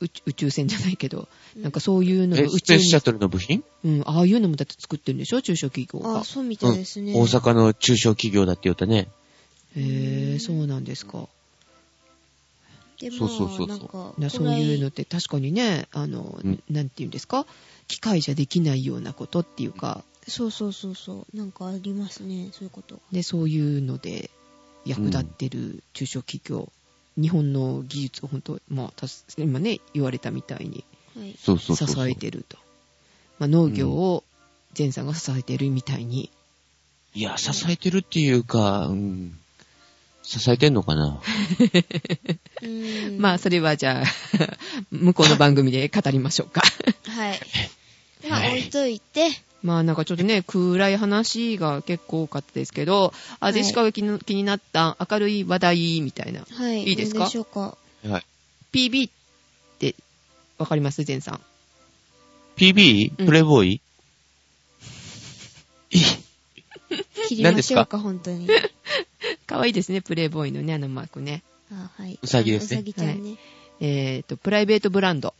[SPEAKER 1] 宇宙宇宙船じゃないけど、
[SPEAKER 2] うん
[SPEAKER 1] なんかそういうのが
[SPEAKER 3] え、
[SPEAKER 1] 宇
[SPEAKER 3] スペ
[SPEAKER 1] 宙
[SPEAKER 3] ースシャ
[SPEAKER 1] に、
[SPEAKER 3] トルの部品、
[SPEAKER 1] うん、ああいうのもだって作ってるんでしょ中小企業
[SPEAKER 2] あ
[SPEAKER 1] が。
[SPEAKER 2] そうみたいですね。
[SPEAKER 3] 大阪の中小企業だって言ったね。
[SPEAKER 1] へえ、そうなんですか。
[SPEAKER 2] で、まあ、
[SPEAKER 3] そうそうそうそう
[SPEAKER 2] なんか、
[SPEAKER 1] なそういうのって確かにね、あの、
[SPEAKER 3] うん
[SPEAKER 1] なんていうんですか機械じゃできないようなことっていうか、
[SPEAKER 2] そうそうそうそう。なんかありますね、そういうことが。
[SPEAKER 1] でそういうので役立ってる中小企業、日本の技術を本当、まあ、たす今ね言われたみたいに
[SPEAKER 2] はい。
[SPEAKER 3] そうそ
[SPEAKER 1] 支
[SPEAKER 3] うそうそう。
[SPEAKER 1] えてると、まあ、農業を前さんが支えてるみたいに、
[SPEAKER 3] いや、支えてるっていうか、うん。支えてんのかな
[SPEAKER 2] うん。
[SPEAKER 1] まあ、それはじ ゃあ、向こうの番組で語りましょうか。
[SPEAKER 2] はい。まあ、
[SPEAKER 3] はい
[SPEAKER 2] 置いといて、
[SPEAKER 1] まあなんかちょっとね、暗い話が結構多かったですけど、
[SPEAKER 2] は
[SPEAKER 1] あ、
[SPEAKER 2] い
[SPEAKER 1] ジェシカが気に気になった明るい話題みたいな。
[SPEAKER 2] はい。
[SPEAKER 1] いいですか
[SPEAKER 2] 何でしょうか。
[SPEAKER 3] はい。
[SPEAKER 1] PB ってわかります全さん。
[SPEAKER 3] PB?
[SPEAKER 1] うん
[SPEAKER 3] プレイボーイ、いい
[SPEAKER 2] 切りましょうか、本当に。
[SPEAKER 1] かわいいですね、プレイボーイのね、あのマークね。
[SPEAKER 2] あはい。
[SPEAKER 3] うさぎですね
[SPEAKER 2] うさぎちゃんね。
[SPEAKER 1] えっ、と、プライベートブランド、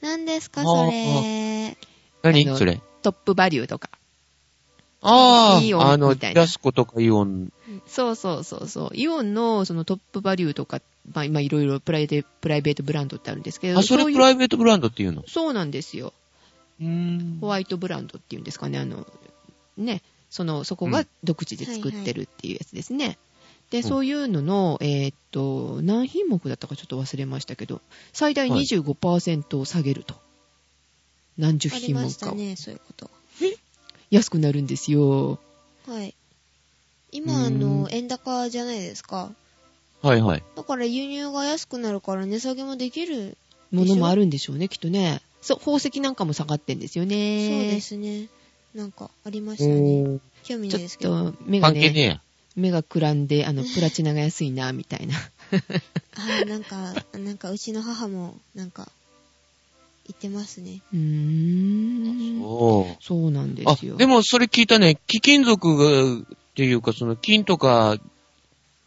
[SPEAKER 2] 何ですか、
[SPEAKER 3] あー
[SPEAKER 2] それ。
[SPEAKER 1] あの
[SPEAKER 3] 何それ。
[SPEAKER 1] トップバリューとか。
[SPEAKER 3] あ
[SPEAKER 1] いい
[SPEAKER 3] あ、
[SPEAKER 1] 音
[SPEAKER 3] あの、
[SPEAKER 1] みたい
[SPEAKER 3] ジ
[SPEAKER 1] な
[SPEAKER 3] ャスコとかイオン。
[SPEAKER 1] そうそうそうそう。イオンのそのトップバリューとか、まあ今いろいろプライデプライベートブランドってあるんですけど、
[SPEAKER 3] あ、それ
[SPEAKER 1] ういう
[SPEAKER 3] プライベートブランドっていうの
[SPEAKER 1] そうなんですよ。
[SPEAKER 3] うーん
[SPEAKER 1] ホワイトブランドっていうんですかね、あの、ね、その、そこが独自で作ってるっていうやつですね。で、
[SPEAKER 3] うん
[SPEAKER 1] そういうのの、えーっと、何品目だったかちょっと忘れましたけど、最大
[SPEAKER 3] はい
[SPEAKER 1] 25%を下げると。何十
[SPEAKER 2] あり
[SPEAKER 1] 品
[SPEAKER 2] ま
[SPEAKER 1] 目
[SPEAKER 2] した
[SPEAKER 1] かを。
[SPEAKER 2] ね、そういうこと。
[SPEAKER 1] 安くなるんですよ。
[SPEAKER 2] はい。今、あ
[SPEAKER 3] う
[SPEAKER 2] の
[SPEAKER 3] ん、
[SPEAKER 2] 円高じゃないですか。
[SPEAKER 3] はいはい。
[SPEAKER 2] だから輸入が安くなるから値下げもできる。
[SPEAKER 1] ものもあるんでしょうね、きっとね。そう、宝石なんかも下がってんですよね。
[SPEAKER 2] そうで。すね。なんか、ありましたね。興味ないですけ
[SPEAKER 1] ち
[SPEAKER 2] ど。
[SPEAKER 1] ょっと、目が
[SPEAKER 3] 関係ね
[SPEAKER 1] ね、
[SPEAKER 3] えや。
[SPEAKER 1] 目がくらんで、あの、プラチナが安いな、みたいな。
[SPEAKER 2] はい、なんか、 なんか、うちの母も、なんか、言ってますね。
[SPEAKER 1] うーん。
[SPEAKER 3] おー
[SPEAKER 1] そうなんで
[SPEAKER 3] あ
[SPEAKER 1] すよ。、
[SPEAKER 3] でもそれ聞いたね。貴金属が、っていうか、その金とか、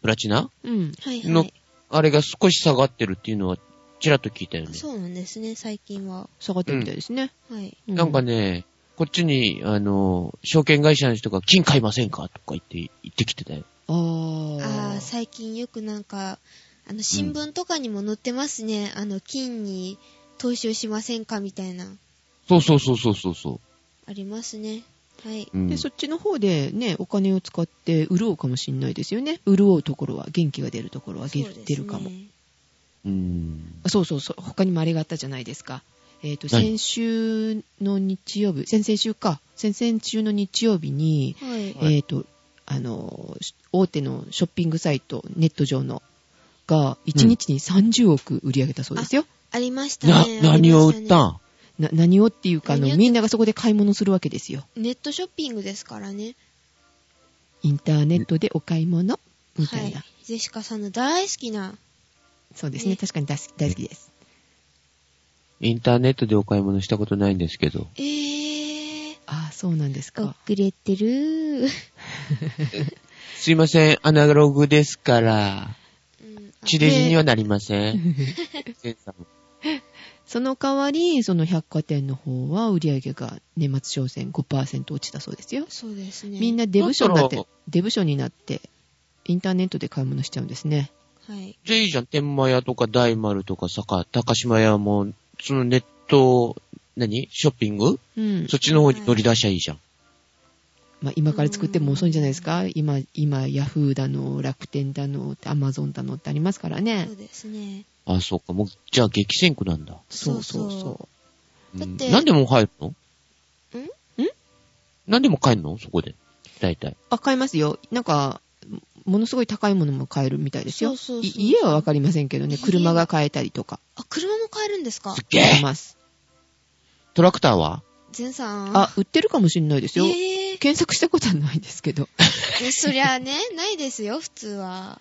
[SPEAKER 3] プラチナ
[SPEAKER 1] うん。
[SPEAKER 2] はいは
[SPEAKER 3] の
[SPEAKER 2] い。
[SPEAKER 3] あれが少し下がってるっていうのは、ちらっと聞いたよね。
[SPEAKER 2] そうなんですね、最近は。
[SPEAKER 1] 下がってるみたいですね。
[SPEAKER 2] はい。
[SPEAKER 1] う
[SPEAKER 3] なんか、ね、こっちに、あの、証券会社の人が金買いませんかとか言って、言ってきてたよ。
[SPEAKER 1] あー
[SPEAKER 2] ああ、最近よくなんか、あの、新聞とかにも載ってますね。あの、金に投資をしませんかみたいな、
[SPEAKER 3] そうそうそうそうそうそ
[SPEAKER 2] ありますね。はい。
[SPEAKER 3] う。うん
[SPEAKER 1] で、そっちの方でね、お金を使って潤うかもしんないですよね。潤うところは、元気が出るところは出
[SPEAKER 2] そ
[SPEAKER 1] る,、
[SPEAKER 2] うですね
[SPEAKER 1] 出るかも。
[SPEAKER 3] うん。
[SPEAKER 1] あそうそうそう。他にもあれがあったじゃないですか。えっ、と、先
[SPEAKER 3] 何
[SPEAKER 1] 週の日曜日、先々週か、先々週の日曜日に、
[SPEAKER 2] はい。
[SPEAKER 3] はい
[SPEAKER 1] えっ、と、あの、し大手のショッピングサイト、ネット上の、が、1日に30億売り上げたそうですよ。
[SPEAKER 2] ありました
[SPEAKER 3] な、
[SPEAKER 2] ね。
[SPEAKER 3] 何を売った
[SPEAKER 2] ん
[SPEAKER 3] ん
[SPEAKER 1] な何をっていうか、あ
[SPEAKER 2] 何を
[SPEAKER 1] の、
[SPEAKER 2] って
[SPEAKER 1] みんながそこで買い物するわけですよ。
[SPEAKER 2] ネットショッピングですからね。
[SPEAKER 1] インターネットでお買い物みたいな。
[SPEAKER 2] はい。ジェシカさんの大好きな、
[SPEAKER 1] そうですね。
[SPEAKER 2] ね
[SPEAKER 1] 確かに大好き大好きです。
[SPEAKER 3] インターネットでお買い物したことないんですけど。
[SPEAKER 2] えー、
[SPEAKER 1] ああ、そうなんです
[SPEAKER 2] 遅
[SPEAKER 1] か。
[SPEAKER 2] れてるー。
[SPEAKER 3] すいません、アナログですから、
[SPEAKER 2] うんあ
[SPEAKER 3] 地デジにはなりま せん。センサーも
[SPEAKER 1] その代わり、その百貨店の方は売り上げが年末商戦5%落ちたそうですよ。
[SPEAKER 2] そうですね。
[SPEAKER 1] みんなデブ症になっ
[SPEAKER 3] だ
[SPEAKER 1] て
[SPEAKER 3] か、
[SPEAKER 1] デブ症になって、インターネットで買い物しちゃうんですね。
[SPEAKER 2] はい。
[SPEAKER 3] じゃあいいじゃん、天満屋とか大丸とかさか、高島屋も、そのネット、何ショッピング
[SPEAKER 1] うん。
[SPEAKER 3] そっちの方に乗り出しゃいいじゃん。
[SPEAKER 1] まあ、今から作っても遅いんじゃないですか今、今、ヤフーだの、楽天だの、アマゾンだのってありますからね
[SPEAKER 2] そう。ですね。
[SPEAKER 3] あ、そうか、もう、じゃあ激戦区なんだ。
[SPEAKER 1] そうそう
[SPEAKER 2] そう
[SPEAKER 1] そ
[SPEAKER 3] うん
[SPEAKER 2] だって
[SPEAKER 3] なんでもう入るの
[SPEAKER 1] んん
[SPEAKER 3] なんでも買えるのそこで。大体
[SPEAKER 1] う。。あ、買いますよ。なんか、ものすごい高いものも買えるみたいですよ。
[SPEAKER 2] そうそうそう
[SPEAKER 1] い家はわかりませんけどね、車が買えたりとか
[SPEAKER 2] あ、車も買えるんですか
[SPEAKER 3] すっげ
[SPEAKER 1] 買え
[SPEAKER 3] え
[SPEAKER 1] ます。
[SPEAKER 3] トラクターは
[SPEAKER 2] 全さん。
[SPEAKER 1] あ、売ってるかもしれないですよ。
[SPEAKER 2] えー、
[SPEAKER 1] 検索したことはないですけど。
[SPEAKER 2] えそりゃあね、ないですよ、普通は。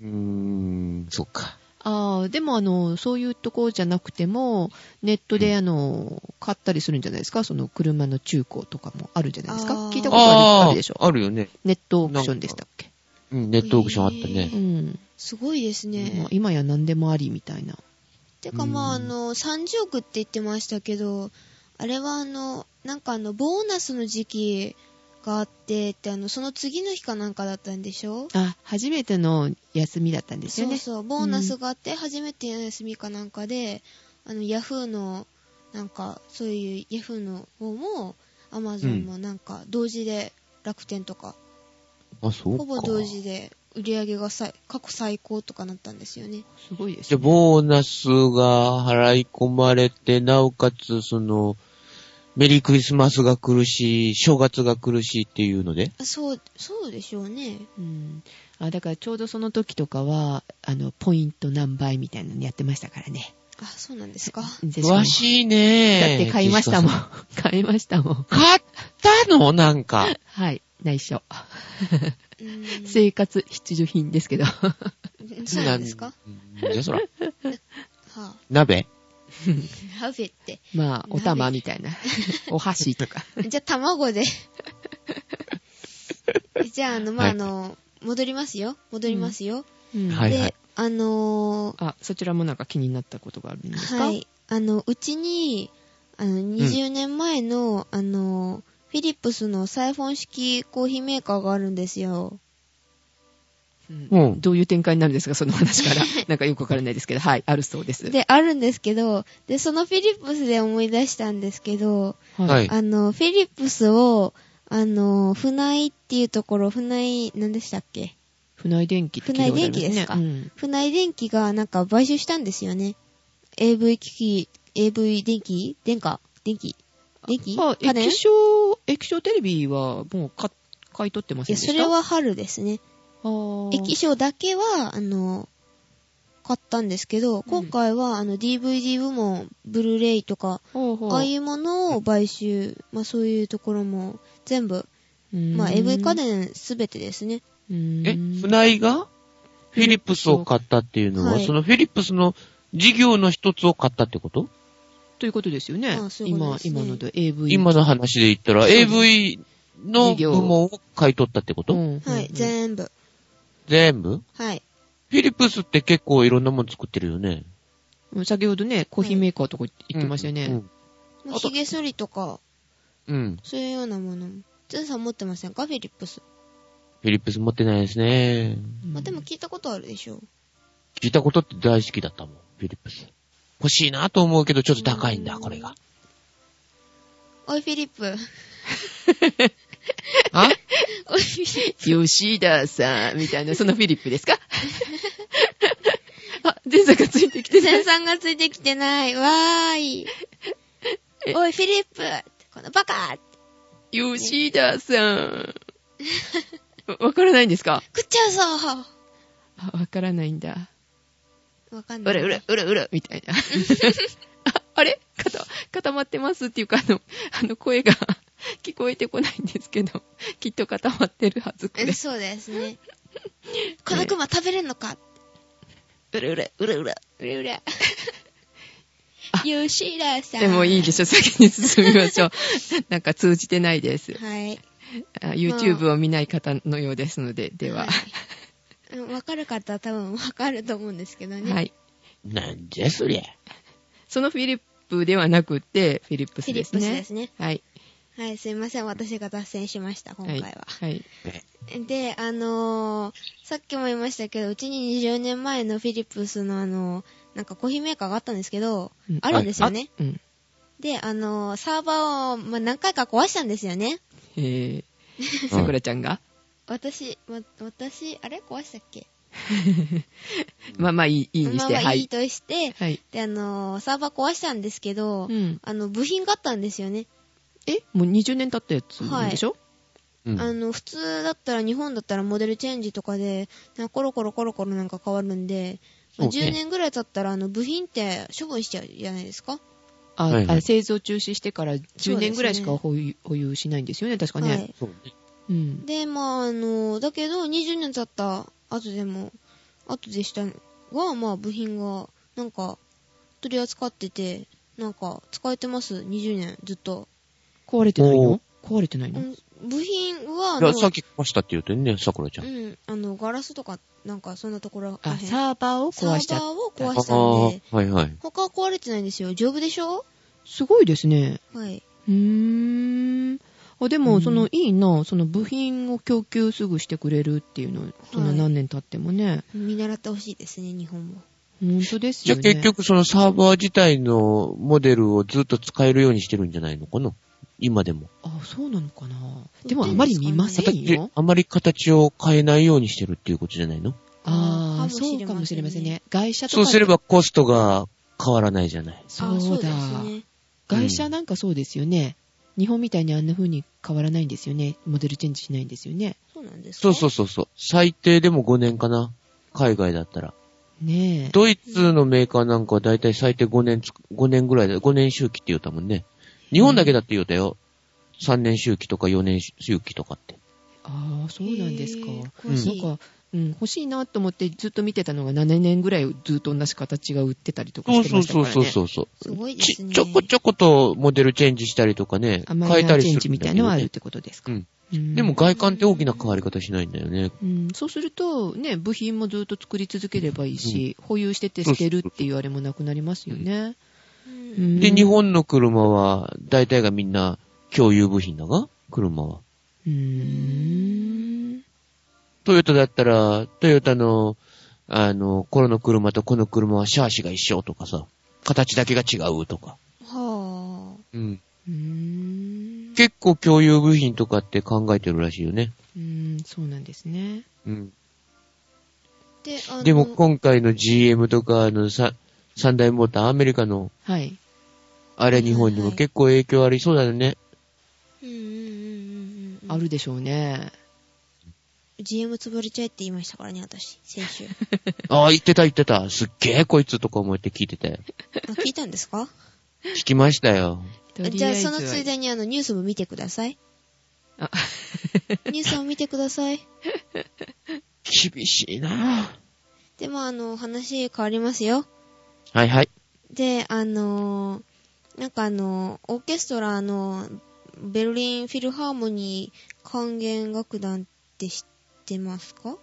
[SPEAKER 3] うーん、そっか。
[SPEAKER 1] ああ、でもあの、そういうとこじゃなくても、ネットであの、買ったりするんじゃないですかその車の中古とかもあるんじゃないですか
[SPEAKER 2] あー
[SPEAKER 1] 聞いたことあるあ
[SPEAKER 3] あ
[SPEAKER 1] る
[SPEAKER 3] あ
[SPEAKER 1] でしょ
[SPEAKER 3] ー、あるよね。
[SPEAKER 1] ネットオークションでしたっけ
[SPEAKER 3] うん、ネットオークションあった
[SPEAKER 2] え
[SPEAKER 1] う
[SPEAKER 3] ね。
[SPEAKER 1] ん。
[SPEAKER 2] すごいですね。
[SPEAKER 1] まあ今や何でもありみたいな。
[SPEAKER 2] てかまあ、あ
[SPEAKER 3] うん
[SPEAKER 2] の、30億って言ってましたけど、あれはあの、なんかあの、ボーナスの時期があって、ってあの、その次の日かなんかだったんでしょ
[SPEAKER 1] あ、初めての休みだったんですよ
[SPEAKER 2] そう
[SPEAKER 1] ね。
[SPEAKER 2] そう、ボーナスがあって、初めての休みかなんかで、あの、ヤフーの、なんか、そういうヤフーの方も、アマゾンもなんか、同時で、楽天とか、
[SPEAKER 3] あ、そうか。
[SPEAKER 2] ほぼ同時で、売り上げがさ過去最高とかなったんですよね。
[SPEAKER 1] すごいです
[SPEAKER 3] じゃあ、
[SPEAKER 1] ね。
[SPEAKER 3] ボーナスが払い込まれて、なおかつ、その、メリークリスマスが来るし、正月が来るしっていうので。
[SPEAKER 2] あそう、そうでしょうね。
[SPEAKER 1] うん。あ、だからちょうどその時とかは、あの、ポイント何倍みたいなのやってましたからね。
[SPEAKER 2] あ、そうなんですか。
[SPEAKER 1] ぜ
[SPEAKER 3] 詳しいね
[SPEAKER 1] だって買いましたもん
[SPEAKER 3] ジェシカさん。
[SPEAKER 1] 買いましたもん。
[SPEAKER 3] 買ったのなんか。
[SPEAKER 1] はい。内緒。
[SPEAKER 2] うーん
[SPEAKER 1] 生活必需品ですけど。
[SPEAKER 2] そうなんですか
[SPEAKER 3] うんじゃあそら、
[SPEAKER 2] は
[SPEAKER 3] 鍋
[SPEAKER 2] ぁ、ラベって。
[SPEAKER 1] まあ、お玉みたいな。 お箸とか。
[SPEAKER 2] じゃあ、卵で。じゃあ、あの、まあ、
[SPEAKER 3] はい
[SPEAKER 2] あの、戻りますよ。戻りますよ。
[SPEAKER 1] うん
[SPEAKER 3] はい
[SPEAKER 2] で、あの
[SPEAKER 1] あ、そちらもなんか気になったことがあるんで
[SPEAKER 2] ー
[SPEAKER 1] すか
[SPEAKER 2] はい。あの、うちに、あの、20年前の、あの、フィリップスのサイフォン式コーヒーメーカーがあるんですよ。
[SPEAKER 1] うん
[SPEAKER 3] うん
[SPEAKER 1] どういう展開になるんですかその話 から。なんかよくわからないですけど、はい、あるそうです。
[SPEAKER 2] で、あるんですけど、で、そのフィリップスで思い出したんですけど、
[SPEAKER 3] はい
[SPEAKER 2] あの、フィリップスを、あの、船井っていうところ、船井、何でしたっけ
[SPEAKER 1] 船井電気って聞いたことありますね
[SPEAKER 2] 船井電気ですか
[SPEAKER 1] うん
[SPEAKER 2] 船井電機がなんか買収したんですよね。AV 機器、AV 電機電化電気電気
[SPEAKER 1] あ、
[SPEAKER 2] 家電
[SPEAKER 1] 液
[SPEAKER 2] い
[SPEAKER 1] 晶、液晶テレビはもうか買い取ってません
[SPEAKER 2] や、
[SPEAKER 1] でした
[SPEAKER 2] それ、は春ですね。
[SPEAKER 1] あー
[SPEAKER 2] 液晶だけは、あの、買ったんですけど、今回は、あの、DVD 部門、ブルーレイとか、
[SPEAKER 1] ほうほう
[SPEAKER 2] ああいうものを買収、まあそういうところも、全部、
[SPEAKER 1] うん
[SPEAKER 2] まあ AV 家電すべてですね。
[SPEAKER 1] うん
[SPEAKER 3] え、船井がフィリップスを買ったっていうのは、
[SPEAKER 2] はい
[SPEAKER 3] そのフィリップスの事業の一つを買ったってこと
[SPEAKER 1] ということですよね
[SPEAKER 2] あ。そういう
[SPEAKER 1] 今
[SPEAKER 2] ことで、すね
[SPEAKER 1] 今ので AV。
[SPEAKER 3] 今の話で言ったら、AV の部門を買い取ったってこと、
[SPEAKER 1] うん
[SPEAKER 2] はい、
[SPEAKER 1] うん
[SPEAKER 2] 全部。
[SPEAKER 3] 全部
[SPEAKER 2] はい。
[SPEAKER 3] フィリップスって結構いろんなもの作ってるよね。
[SPEAKER 1] うん先ほどね、コーヒーメーカーとか言ってましたよね。
[SPEAKER 2] まあ
[SPEAKER 3] あと
[SPEAKER 2] 髭剃りとか、
[SPEAKER 3] うん。うん。
[SPEAKER 2] そういうようなものも。ズンさん持ってませんかフィリップス。
[SPEAKER 3] フィリップス持ってないですね。
[SPEAKER 1] うん
[SPEAKER 2] まあでも聞いたことある でしょ。
[SPEAKER 3] 聞いたことって大好きだったもん、フィリップス。欲しいなと思うけど、ちょっと高いんだ、これが。
[SPEAKER 2] おい、フィリッ プ。
[SPEAKER 3] あ
[SPEAKER 2] おい、フィリッ
[SPEAKER 1] 吉田さん、みたいな、そのフィリップ ですかあ、前作がついてき
[SPEAKER 2] プ。
[SPEAKER 1] て
[SPEAKER 2] セ
[SPEAKER 1] ない
[SPEAKER 2] ン。さんがついてきてない。わ ーい。
[SPEAKER 1] え
[SPEAKER 2] おい、フィリップこのバカ
[SPEAKER 1] 吉田さん。わからないんですか
[SPEAKER 2] 食っちゃうぞ
[SPEAKER 1] あわからないんだ。
[SPEAKER 2] わかんな
[SPEAKER 1] う
[SPEAKER 2] い。
[SPEAKER 1] らうら、うらうら、みたいな。 ああれ固固まってますっていうか、あの、 あの声が聞こえてこないんですけど、 きっと固まってるはず、これ
[SPEAKER 2] え。そうで すね。このクマ食べれんのか
[SPEAKER 1] うらうら、うらうら。
[SPEAKER 2] うらうら
[SPEAKER 1] あ。
[SPEAKER 2] ヨシラさん。
[SPEAKER 1] でもいいでしょ、先に進みま しょう。なんか通じてないです。
[SPEAKER 2] はい。
[SPEAKER 1] あ YouTube を見ない方のようですので、では。
[SPEAKER 2] い。うんわかる方は多分わかると思うんですけどね。。
[SPEAKER 1] はいい。
[SPEAKER 3] なんじゃそりゃ。
[SPEAKER 1] そのフィリップではなくて、フィリップ
[SPEAKER 2] フ
[SPEAKER 1] ス
[SPEAKER 2] ィリ
[SPEAKER 1] で
[SPEAKER 2] ッ
[SPEAKER 1] す
[SPEAKER 2] プ
[SPEAKER 1] ね。
[SPEAKER 2] スですね。
[SPEAKER 1] はい。
[SPEAKER 2] はい、すいません。私が脱線しました、今回は。
[SPEAKER 1] はい。
[SPEAKER 3] ね
[SPEAKER 2] で、あのーさっきも言いましたけど、うちに20年前のフィリップスのあのーなんかコーヒーメーカーがあったんですけど、
[SPEAKER 1] うん
[SPEAKER 2] あるんですよね。
[SPEAKER 1] うん。
[SPEAKER 2] で、あのーサーバーを、まあ、何回か壊したんですよね。
[SPEAKER 1] えー、さくらちゃんが。
[SPEAKER 2] 私、ま、私、あれ壊したっけ
[SPEAKER 1] まあまあいい、いいにして、
[SPEAKER 2] まあま
[SPEAKER 1] は
[SPEAKER 2] あいい
[SPEAKER 1] い。
[SPEAKER 2] として、
[SPEAKER 1] はい。
[SPEAKER 2] で、あのーサーバー壊したんですけど、
[SPEAKER 1] うん。
[SPEAKER 2] あの、部品があったんですよね。
[SPEAKER 1] えもう20年経ったやつなんでしょ、
[SPEAKER 3] うん。
[SPEAKER 2] あの、普通だったら、日本だったらモデルチェンジとかで、なんかコロコロコロコロなんか変わるんで、まあ
[SPEAKER 3] そうね
[SPEAKER 2] 10年ぐらい経ったら、あの、部品って処分しちゃうじゃないですか。
[SPEAKER 1] あ、
[SPEAKER 3] はいはい
[SPEAKER 1] あ製造中止してから10年ぐらいしか保有,、保有しないんですよね、確かね。
[SPEAKER 2] はい。
[SPEAKER 3] そうね。
[SPEAKER 1] うん。
[SPEAKER 2] で、まあ、あの、だけど、20年経った後でも、後でしたが、まあ、部品が、なんか、取り扱ってて、なんか、使えてます、20年、ずっと。
[SPEAKER 1] 壊れてない
[SPEAKER 3] お
[SPEAKER 1] の
[SPEAKER 3] ー
[SPEAKER 1] 壊れてないの、
[SPEAKER 2] うん部品は、あ
[SPEAKER 3] いやさっ
[SPEAKER 2] の、
[SPEAKER 3] き壊したって言うてんね、桜ちゃ。
[SPEAKER 2] うんん、あの、ガラスとか、なんか、そんなところら
[SPEAKER 1] あ、
[SPEAKER 2] へん
[SPEAKER 1] サーバーを壊しちゃ
[SPEAKER 2] サー
[SPEAKER 1] っ
[SPEAKER 2] バ
[SPEAKER 1] た。
[SPEAKER 2] ーを
[SPEAKER 3] あ
[SPEAKER 2] 壊したんで、
[SPEAKER 3] あ、はいはい。
[SPEAKER 2] 他は壊れてないんですよ。丈夫でしょ
[SPEAKER 1] すごいですね。
[SPEAKER 2] はい。
[SPEAKER 1] うーん。あ、で
[SPEAKER 3] う
[SPEAKER 1] も、
[SPEAKER 3] ん
[SPEAKER 1] その、いいな、その部品を供給すぐしてくれるっていうの、そんな何年経ってもね。
[SPEAKER 2] 見習ってほしいですね、日本も。
[SPEAKER 1] 本当です
[SPEAKER 3] じゃ
[SPEAKER 1] よ
[SPEAKER 3] あ
[SPEAKER 1] ね。
[SPEAKER 3] 結局そのサーバー自体のモデルをずっと使えるようにしてるんじゃないのかな今でも。
[SPEAKER 1] あ、そうなのかな。でも、あまり見ません
[SPEAKER 3] 形
[SPEAKER 1] よ。
[SPEAKER 3] あまり形を変えないようにしてるっていうことじゃないの
[SPEAKER 1] ああ、
[SPEAKER 2] かも
[SPEAKER 1] そ
[SPEAKER 2] しれませんね
[SPEAKER 1] うかもしれませんね。外車とか。
[SPEAKER 3] そうすれば。コストが変わらないじゃない。
[SPEAKER 1] そうだ。
[SPEAKER 2] あそうですね。
[SPEAKER 1] 外車なんかそうですよね。日本みたいにあんな風に変わらないんですよね。モデルチェンジしないんですよね。
[SPEAKER 2] そうなんですか
[SPEAKER 3] そうそうそうそう。最低でも5年かな。海外だったら。
[SPEAKER 1] ねえ。
[SPEAKER 3] ドイツのメーカーなんかはだいたい最低5年つ、5年ぐらいだ、5年周期って言うたもんね。日本だけだって言うたよ。3年周期とか4年周期とかって。
[SPEAKER 1] ああ、そうなんですか。
[SPEAKER 2] へー
[SPEAKER 3] う
[SPEAKER 2] 詳
[SPEAKER 3] ん
[SPEAKER 2] し
[SPEAKER 1] なん
[SPEAKER 2] い
[SPEAKER 1] か、うん、欲しいなと思ってずっと見てたのが7年ぐらいずっと同じ形が売ってたりとか
[SPEAKER 3] そう
[SPEAKER 1] して
[SPEAKER 3] そ
[SPEAKER 1] ま
[SPEAKER 3] う
[SPEAKER 1] したか
[SPEAKER 3] そう
[SPEAKER 1] らね。
[SPEAKER 3] そうそうそう。
[SPEAKER 2] すごいで
[SPEAKER 3] ち
[SPEAKER 2] すね。
[SPEAKER 3] ちょこちょことモデルチェンジしたりとかね、
[SPEAKER 1] アマ
[SPEAKER 3] 変え
[SPEAKER 1] イナ
[SPEAKER 3] た
[SPEAKER 1] ー
[SPEAKER 3] り
[SPEAKER 1] チェン
[SPEAKER 3] す
[SPEAKER 1] ジ
[SPEAKER 3] るん
[SPEAKER 1] み
[SPEAKER 3] だ
[SPEAKER 1] た
[SPEAKER 3] よ
[SPEAKER 1] いのはあるっ
[SPEAKER 3] ね。
[SPEAKER 1] てことです
[SPEAKER 3] う
[SPEAKER 1] か
[SPEAKER 3] ん。
[SPEAKER 1] うん
[SPEAKER 3] でも外観って大きな変わり方しないんだよね。
[SPEAKER 1] うん、そうすると、ね、部品もずっと作り続ければいいし、保有してて捨てるっていうあれもなくなりますよね。
[SPEAKER 2] うん
[SPEAKER 1] うん
[SPEAKER 3] で、日、本の車は、大体がみんな共有部品だが、車は。
[SPEAKER 1] うーん。
[SPEAKER 3] トヨタだったら、トヨタの、あの、この車とこの車はシャーシが一緒とかさ、形だけが違うとか。
[SPEAKER 2] は
[SPEAKER 3] うん。
[SPEAKER 1] うーん。
[SPEAKER 3] 結構共有部品とかって考えてるらしいよね。
[SPEAKER 1] うーん、そうなんですね。
[SPEAKER 3] うん。
[SPEAKER 2] あ。で、あの
[SPEAKER 3] でも今回の GM とか、あの、さ三大モーター、アメリカの、
[SPEAKER 1] はい。
[SPEAKER 3] あれ日本にも結構影響ありそうだよね。
[SPEAKER 2] うんうんうんうんうん。
[SPEAKER 1] あるでしょうね。
[SPEAKER 2] GM 潰れちゃえって言いましたからね、私。先週。
[SPEAKER 3] ああ、言ってた言ってた。すっげえこいつとか思って聞いてて。
[SPEAKER 2] あ、聞いたんですか
[SPEAKER 3] 聞きましたよ。
[SPEAKER 1] とりえず
[SPEAKER 2] じゃあ、その
[SPEAKER 1] は
[SPEAKER 2] ついでにあの、ニュースも見てください。
[SPEAKER 1] あ
[SPEAKER 2] ニュースも見てください。
[SPEAKER 3] 厳しいなぁ
[SPEAKER 2] でも、あの、話変わりますよ。
[SPEAKER 3] はいはい。
[SPEAKER 2] で、あのーなんかあのーオーケストラの、ベルリンフィルハーモニー管弦楽団って知ってますか
[SPEAKER 1] 聞い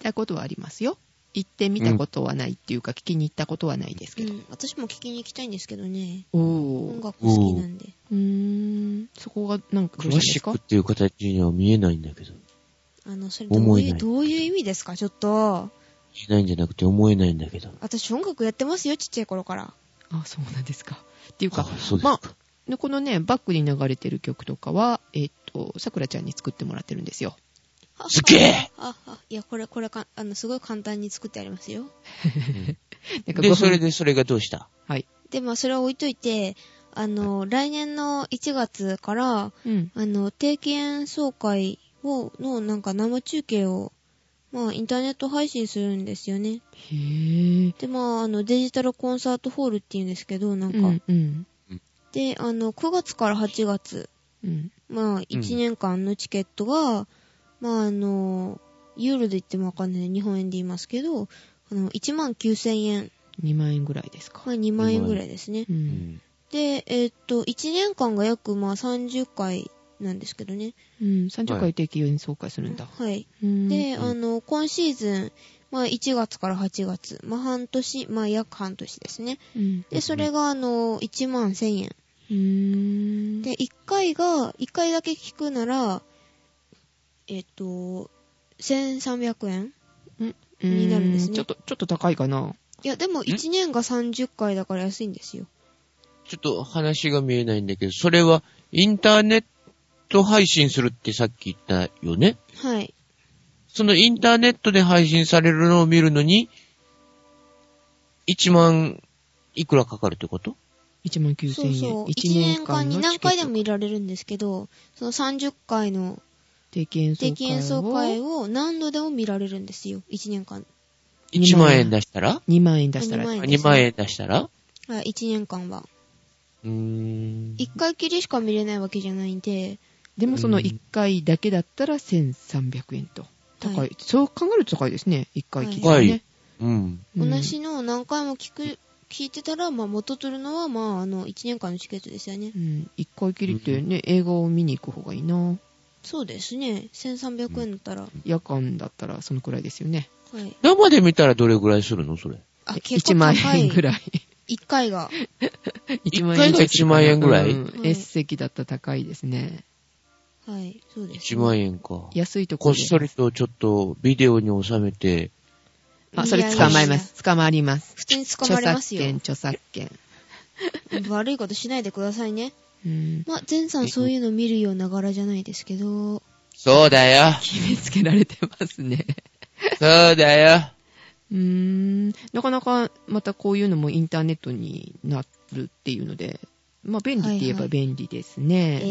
[SPEAKER 1] たことはありますよ。行ってみたことはないっていうか、聞きに行ったことはないです
[SPEAKER 2] う
[SPEAKER 1] けど。
[SPEAKER 2] ん、私も聞きに行きたいんですけどね。
[SPEAKER 1] お
[SPEAKER 2] 音
[SPEAKER 1] ー。
[SPEAKER 2] 楽好きなんで。
[SPEAKER 1] うーん。そこがなんかど
[SPEAKER 3] ク
[SPEAKER 1] うした
[SPEAKER 3] ラ
[SPEAKER 1] んで
[SPEAKER 3] シ
[SPEAKER 1] すか
[SPEAKER 3] ックっていう形には見えないんだけど。
[SPEAKER 2] あの、それどう
[SPEAKER 3] 思え
[SPEAKER 2] い
[SPEAKER 3] な
[SPEAKER 2] う、
[SPEAKER 3] い
[SPEAKER 2] どういう意味ですかちょっと。
[SPEAKER 3] 見えないんじゃなくて思えないんだけど。
[SPEAKER 2] 私音楽やってますよ、ちっちゃい頃から。
[SPEAKER 1] あ、そうなんですか。っていう
[SPEAKER 3] あ
[SPEAKER 1] か、
[SPEAKER 3] そうです
[SPEAKER 1] まあ
[SPEAKER 3] か。
[SPEAKER 1] でこのね、バックに流れてる曲とかは、えっと、さくらちゃんに作ってもらってるんですよ。
[SPEAKER 3] すげえ
[SPEAKER 2] あ、あ、いや、これ、これか、あの、すごい簡単に作ってありますよ。
[SPEAKER 1] なんか5
[SPEAKER 3] で、
[SPEAKER 1] 分
[SPEAKER 3] それで、それがどうした
[SPEAKER 1] はい。
[SPEAKER 2] で、まあ、それは置いといて、あの、来年の1月から、
[SPEAKER 1] うん。
[SPEAKER 2] あの、定期演奏会を、の、なんか生中継を、まあ、インターネット配信するんですよね。
[SPEAKER 1] へぇ
[SPEAKER 2] で、まあ、あの、デジタルコンサートホールっていうんですけど、なん
[SPEAKER 1] う
[SPEAKER 2] か、
[SPEAKER 1] ん、うん。
[SPEAKER 2] で、あの、9月から8月、
[SPEAKER 1] うん。
[SPEAKER 2] まあ、1年間のチケットが、まあ、あの、ユーロで言ってもわかんない、日本円で言いますけど、あの、1万9000円。
[SPEAKER 1] 2万円ぐらいですか。
[SPEAKER 2] まあ、2万円ぐらいですね。
[SPEAKER 1] う。
[SPEAKER 3] うんん。
[SPEAKER 2] で、えーっと、1年間が約、まあ、30回なんですけどね。
[SPEAKER 1] うん。30回定期演奏会するんだ。
[SPEAKER 2] はい。
[SPEAKER 1] うん。
[SPEAKER 2] で、
[SPEAKER 3] うん
[SPEAKER 2] あの、今シーズン、まあ、1月から8月、まあ、半年、まあ、約半年ですね。
[SPEAKER 1] うん。
[SPEAKER 2] で、それが、あの、1万1000円。
[SPEAKER 1] うーん。
[SPEAKER 2] で、1回が、1回だけ聞くなら、えっと、1300円
[SPEAKER 1] うー
[SPEAKER 2] になるんですね
[SPEAKER 1] ちょっと、ちょっと高いかな。
[SPEAKER 2] いや、でも1年が30回だから安いんですよ。
[SPEAKER 3] ちょっと話が見えないんだけど、それはインターネット配信するってさっき言ったよね。
[SPEAKER 2] はい。
[SPEAKER 3] そのインターネットで配信されるのを見るのに、1万いくらかかるってこと
[SPEAKER 1] 1万9000
[SPEAKER 2] そう
[SPEAKER 1] 円。
[SPEAKER 2] そう。1
[SPEAKER 1] 1
[SPEAKER 2] 年間に
[SPEAKER 1] の
[SPEAKER 2] 何
[SPEAKER 1] チケット
[SPEAKER 2] 回でも見られるんですけど、その30回の
[SPEAKER 1] 定期演奏会を。
[SPEAKER 2] 定期演奏会を何度でも見られるんですよ。1年間。
[SPEAKER 1] 2
[SPEAKER 3] ?1
[SPEAKER 1] 万
[SPEAKER 3] 万円出したら
[SPEAKER 1] 2万円出したら。
[SPEAKER 2] あ二万円
[SPEAKER 3] ?2 万円出したら
[SPEAKER 2] はい、1年間は。
[SPEAKER 3] うーん。
[SPEAKER 2] 1回きりしか見れないわけじゃないんで、
[SPEAKER 1] でもその
[SPEAKER 3] うん
[SPEAKER 1] 1回だけだったら1300円と。高。
[SPEAKER 2] はい
[SPEAKER 1] そう考えると高いですね。1回聞いてね。
[SPEAKER 3] はい高うん。
[SPEAKER 1] うん
[SPEAKER 2] 同じのを何回も聞く、聞いてたら、まあ元取るのは、まああの、1年間のチケットですよね
[SPEAKER 1] う。ん、一回きりってね、映画を見に行く方がいいな。
[SPEAKER 2] そうですね。1300円だったら。
[SPEAKER 1] 夜間だったらそのくらいですよね。
[SPEAKER 2] はい。
[SPEAKER 3] 生で見たらどれぐらいするのそれ。
[SPEAKER 2] あ、結
[SPEAKER 1] 1
[SPEAKER 2] 構
[SPEAKER 1] 万
[SPEAKER 2] 高
[SPEAKER 1] 円
[SPEAKER 2] い。
[SPEAKER 1] ぐらい。
[SPEAKER 2] 1回が。
[SPEAKER 1] 1
[SPEAKER 3] 一回が1万円ぐらい
[SPEAKER 1] うん、S 席だったら高いですね。
[SPEAKER 2] はい。そうです、
[SPEAKER 3] 1万円か。
[SPEAKER 1] 安いとこ
[SPEAKER 3] こっ
[SPEAKER 1] ろ
[SPEAKER 3] そりとちょっとビデオに収めて、
[SPEAKER 1] あ、それ捕まえ
[SPEAKER 2] いやいや
[SPEAKER 1] ま
[SPEAKER 2] いや
[SPEAKER 1] す。捕まります。
[SPEAKER 2] 普通に捕まれますよ。
[SPEAKER 1] 著作権、著作
[SPEAKER 2] 悪いことしないでくださいね。
[SPEAKER 1] 権。うん。
[SPEAKER 2] まあ、前さんそういうの見るような柄じゃないですけど、
[SPEAKER 3] そうだよ。
[SPEAKER 1] 決めつけられてますね。
[SPEAKER 3] そうだ よ。
[SPEAKER 1] うーん。なかなかまたこういうのもインターネットになるっていうので、まあ、便利って言え
[SPEAKER 2] はいは
[SPEAKER 1] ば
[SPEAKER 2] い
[SPEAKER 1] 便利ですね。
[SPEAKER 2] え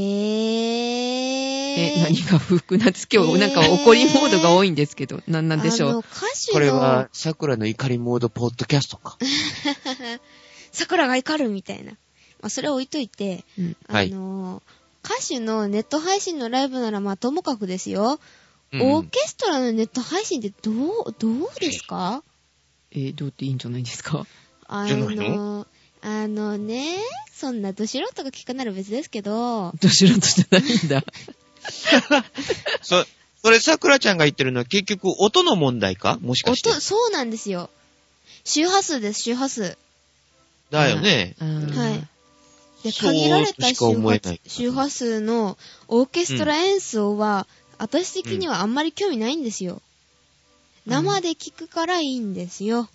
[SPEAKER 1] え、
[SPEAKER 2] ー。
[SPEAKER 1] 何が不服なんです今日、
[SPEAKER 2] えー
[SPEAKER 1] なんか怒りモードが多いんですけど、なんなんでし
[SPEAKER 2] あ
[SPEAKER 1] ょ
[SPEAKER 2] の、
[SPEAKER 1] う。
[SPEAKER 2] 歌手の、
[SPEAKER 3] これは、桜の怒りモードポッドキャストか。
[SPEAKER 2] 桜が怒るみたいな。まあ、それは置いといて、
[SPEAKER 1] うん
[SPEAKER 2] あ
[SPEAKER 3] はい
[SPEAKER 2] の、歌手のネット配信のライブならまあともかくですよ、
[SPEAKER 3] うん
[SPEAKER 2] オーケストラのネット配信ってどう、どうですか
[SPEAKER 1] えーどうっていいんじゃないですか。
[SPEAKER 2] あ
[SPEAKER 3] じゃない
[SPEAKER 2] の、あのね、そんなど素人が聞くなら別ですけど、
[SPEAKER 1] どしらとじゃないんだ。
[SPEAKER 3] そ、それ桜ちゃんが言ってるのは結局音の問題かもしかして
[SPEAKER 2] 音、。そうなんですよ。周波数です、周波数。
[SPEAKER 3] だよね。
[SPEAKER 1] あー
[SPEAKER 2] はい。で、
[SPEAKER 3] そう
[SPEAKER 2] 限られ
[SPEAKER 3] と
[SPEAKER 2] た
[SPEAKER 3] し
[SPEAKER 2] 周
[SPEAKER 3] か思え
[SPEAKER 2] 波
[SPEAKER 3] ない
[SPEAKER 2] 周波数のオーケストラ演奏は、私的にはあんまり興味ないんですよ。
[SPEAKER 1] うん
[SPEAKER 2] 生で聞くからいいんですよ。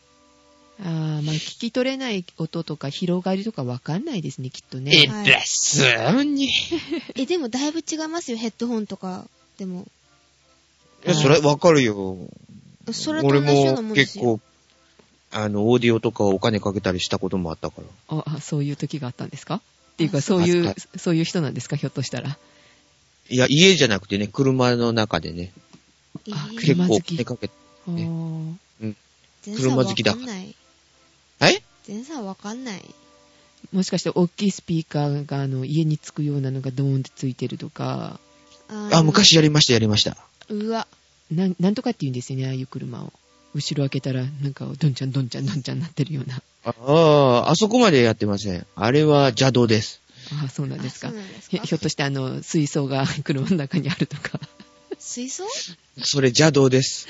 [SPEAKER 1] あーまあ、聞き取れない音とか広がりとかわかんないですね、きっと
[SPEAKER 3] え
[SPEAKER 1] ね。
[SPEAKER 2] はい
[SPEAKER 3] ですに。い
[SPEAKER 2] え、でもだいぶ違いますよ、ヘッドホンとか。でも、
[SPEAKER 3] や、それわかるよ。
[SPEAKER 2] それと
[SPEAKER 3] 俺
[SPEAKER 2] 同じような
[SPEAKER 3] も
[SPEAKER 2] もんです
[SPEAKER 3] 結
[SPEAKER 2] よ。
[SPEAKER 3] 構、あの、オーディオとかお金かけたりしたこともあったから。
[SPEAKER 1] ああ、そういう時があったんですかっていうか、そう
[SPEAKER 3] あ
[SPEAKER 1] い
[SPEAKER 3] は
[SPEAKER 1] う、そういう人なんですか、ひょっとしたら。
[SPEAKER 3] いや、家じゃなくてね、車の中でね、
[SPEAKER 1] あ
[SPEAKER 2] えー
[SPEAKER 3] 結
[SPEAKER 1] 車
[SPEAKER 3] 構
[SPEAKER 1] 好
[SPEAKER 3] お
[SPEAKER 1] き
[SPEAKER 3] 金かけて。
[SPEAKER 1] あー
[SPEAKER 2] 全然
[SPEAKER 3] 車好きだ
[SPEAKER 2] わかんない。
[SPEAKER 3] え
[SPEAKER 2] 全然わかんない。
[SPEAKER 1] もしかして大きいスピーカーがあの家につくようなのがドーンってついてるとか、
[SPEAKER 2] あの
[SPEAKER 3] あ、。昔やりました、やりました。
[SPEAKER 2] うわ。
[SPEAKER 1] なんなんとかって言うんですよね、ああいう車を。後ろ開けたら、なんか、どんちゃんどんちゃんどんちゃんなってるような。
[SPEAKER 3] ああ、あそこまでやってません。あれは邪道です。
[SPEAKER 1] ああ、そうなんですか
[SPEAKER 2] あそう。なんです
[SPEAKER 1] ひ
[SPEAKER 2] か
[SPEAKER 1] ょひょっとして、あの、水槽が 車の中にあると か。
[SPEAKER 2] 水槽
[SPEAKER 3] それ邪道です。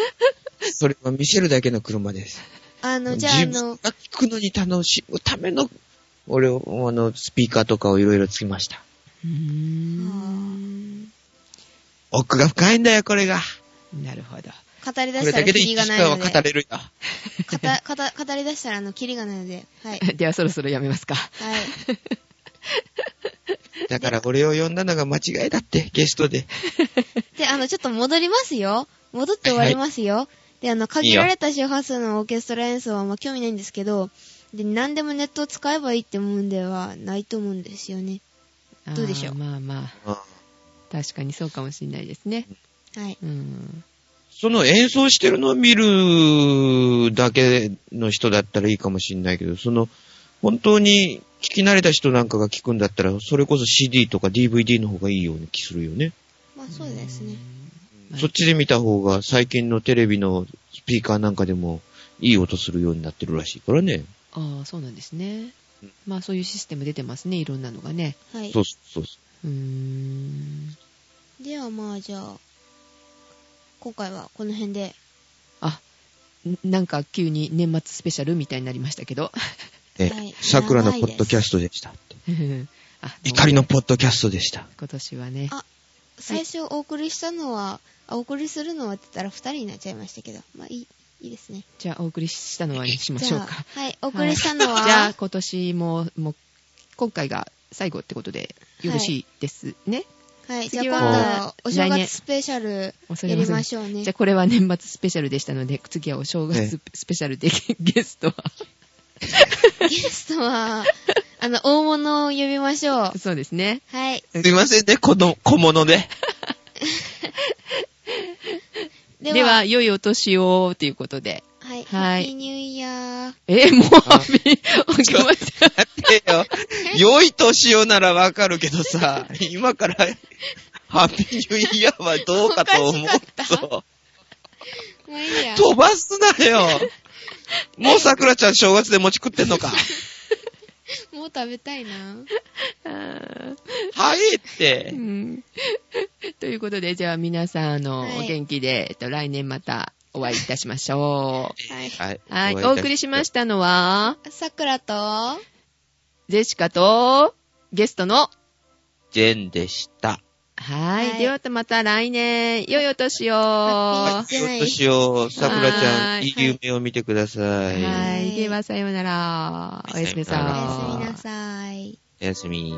[SPEAKER 3] それは見せるだけの車です。
[SPEAKER 2] あの、じゃあ、あ
[SPEAKER 3] 自分
[SPEAKER 2] の、
[SPEAKER 3] が聞くのに楽しむための、俺、あの、スピーカーとかをいろいろつきました。
[SPEAKER 1] うーん。
[SPEAKER 3] 奥が深いんだよ、これが。
[SPEAKER 1] なるほど。
[SPEAKER 2] 語り出
[SPEAKER 3] こ
[SPEAKER 2] し
[SPEAKER 3] れ
[SPEAKER 2] た
[SPEAKER 3] だ
[SPEAKER 2] らキ
[SPEAKER 3] けで
[SPEAKER 2] リ
[SPEAKER 3] 1
[SPEAKER 2] が
[SPEAKER 3] 時
[SPEAKER 2] ない
[SPEAKER 3] 間は
[SPEAKER 2] ので。
[SPEAKER 3] 語れるよ。
[SPEAKER 2] かたかた語り出したら、あの、キリがないので。はい。
[SPEAKER 1] では、そろそろやめますか。
[SPEAKER 2] はい。
[SPEAKER 3] だから俺を呼んだのが間違いだって、ゲストで。
[SPEAKER 2] で、あの、ちょっと戻りますよ。戻って終わりますよ。で、あの、限られた周波数のオーケストラ演奏は、まあ、興味ないんですけど、で、何でもネットを使えばいいって問題はないと思うんですよね。 どうでしょ
[SPEAKER 1] あ
[SPEAKER 2] う
[SPEAKER 1] ーまあまあ、確かにそうかもしれないですね。
[SPEAKER 2] はい。
[SPEAKER 1] うん。
[SPEAKER 3] その演奏してるのを見るだけの人だったらいいかもしれないけど、その、本当に聞き慣れた人なんかが聞くんだったら、それこそ CD とか DVD の方がいいような気するよね。
[SPEAKER 2] まあ、そうですね。
[SPEAKER 1] はい
[SPEAKER 3] そっちで見た方が最近のテレビのスピーカーなんかでもいい音するようになってるらしいからね。
[SPEAKER 1] ああ、そうなんですね
[SPEAKER 3] うん。
[SPEAKER 1] まあ、そういうシステム出てますね、いろんなのがね。
[SPEAKER 2] はい
[SPEAKER 3] そ。うそうそう
[SPEAKER 1] ーん。
[SPEAKER 2] では、まあ、じゃあ、今回はこの辺で。
[SPEAKER 1] あ、んなんか急に年末スペシャルみたいになりましたけど。
[SPEAKER 3] う。ね
[SPEAKER 2] はい
[SPEAKER 3] 桜のポッドキャストでしたって。
[SPEAKER 1] あ
[SPEAKER 3] 怒りのポッドキャストでした。
[SPEAKER 1] 今年はね
[SPEAKER 2] あ。最初お送りしたのは、あお送りするのはって言ったら2人になっちゃいましたけど、まあ、いい、いいですね。
[SPEAKER 1] じゃあ、お送りしたのはにしまし
[SPEAKER 2] じ
[SPEAKER 1] ょう
[SPEAKER 2] ゃあ、
[SPEAKER 1] か。
[SPEAKER 2] はい、お送りしたのは、
[SPEAKER 1] じゃあ、今年も、もう、今回が最後ってことで、よろしいですね。
[SPEAKER 2] はい、じゃあ
[SPEAKER 1] 次
[SPEAKER 2] 今
[SPEAKER 1] は
[SPEAKER 2] 度はお正
[SPEAKER 1] 来年
[SPEAKER 2] 月スペシャル
[SPEAKER 1] お正
[SPEAKER 2] や
[SPEAKER 1] 月
[SPEAKER 2] りましょうね
[SPEAKER 1] じゃあ、。これは年末スペシャルでしたので、次はお正月スペシャルで、ゲストは、
[SPEAKER 2] ゲストは、あの、大物を呼びましょう。
[SPEAKER 1] そうですね。
[SPEAKER 2] はい。
[SPEAKER 3] すいませんね、この 小物で。
[SPEAKER 2] で
[SPEAKER 1] で
[SPEAKER 2] は、
[SPEAKER 1] は、良いお年を、ということで。
[SPEAKER 2] はい。
[SPEAKER 1] は
[SPEAKER 2] ハ
[SPEAKER 1] い
[SPEAKER 2] ッピーニューイヤー。
[SPEAKER 1] えもう、
[SPEAKER 3] あ
[SPEAKER 1] みおきました。
[SPEAKER 3] 待って よ。良い年をならわかるけどさ、今から、ハッピーニューイヤーはどうかと思う
[SPEAKER 2] おかしかっ
[SPEAKER 3] と。
[SPEAKER 2] まあいいや。
[SPEAKER 3] 飛ばすな よ。もう桜ちゃん正月で餅食ってんのか。
[SPEAKER 2] もう食べたいな。
[SPEAKER 1] あ
[SPEAKER 3] 早いっ
[SPEAKER 1] ーう
[SPEAKER 3] て。
[SPEAKER 1] ん ということで、じゃあ皆さん、あの、
[SPEAKER 2] はい
[SPEAKER 1] お元気で、えっと、来年またお会いいたしましょ
[SPEAKER 2] はい。
[SPEAKER 3] はい。
[SPEAKER 1] う。はい、お送りしましたのは、
[SPEAKER 2] 桜と、
[SPEAKER 1] ジェシカと、ゲストの、
[SPEAKER 3] ジェンでした。
[SPEAKER 1] はい。
[SPEAKER 2] はい
[SPEAKER 1] では、また来年、良いお年を。
[SPEAKER 2] ハ
[SPEAKER 1] は
[SPEAKER 2] ッピ
[SPEAKER 3] ひ
[SPEAKER 2] じゃ
[SPEAKER 3] ょっ
[SPEAKER 2] ない
[SPEAKER 3] としよう。桜ちゃ
[SPEAKER 1] は
[SPEAKER 3] ん、
[SPEAKER 1] い
[SPEAKER 3] いい夢を見てください。
[SPEAKER 2] はい
[SPEAKER 1] い。では、さようなら。おやすみなさ
[SPEAKER 3] お
[SPEAKER 2] お
[SPEAKER 1] い。
[SPEAKER 3] や
[SPEAKER 2] やすみなさい。
[SPEAKER 3] おやすみ。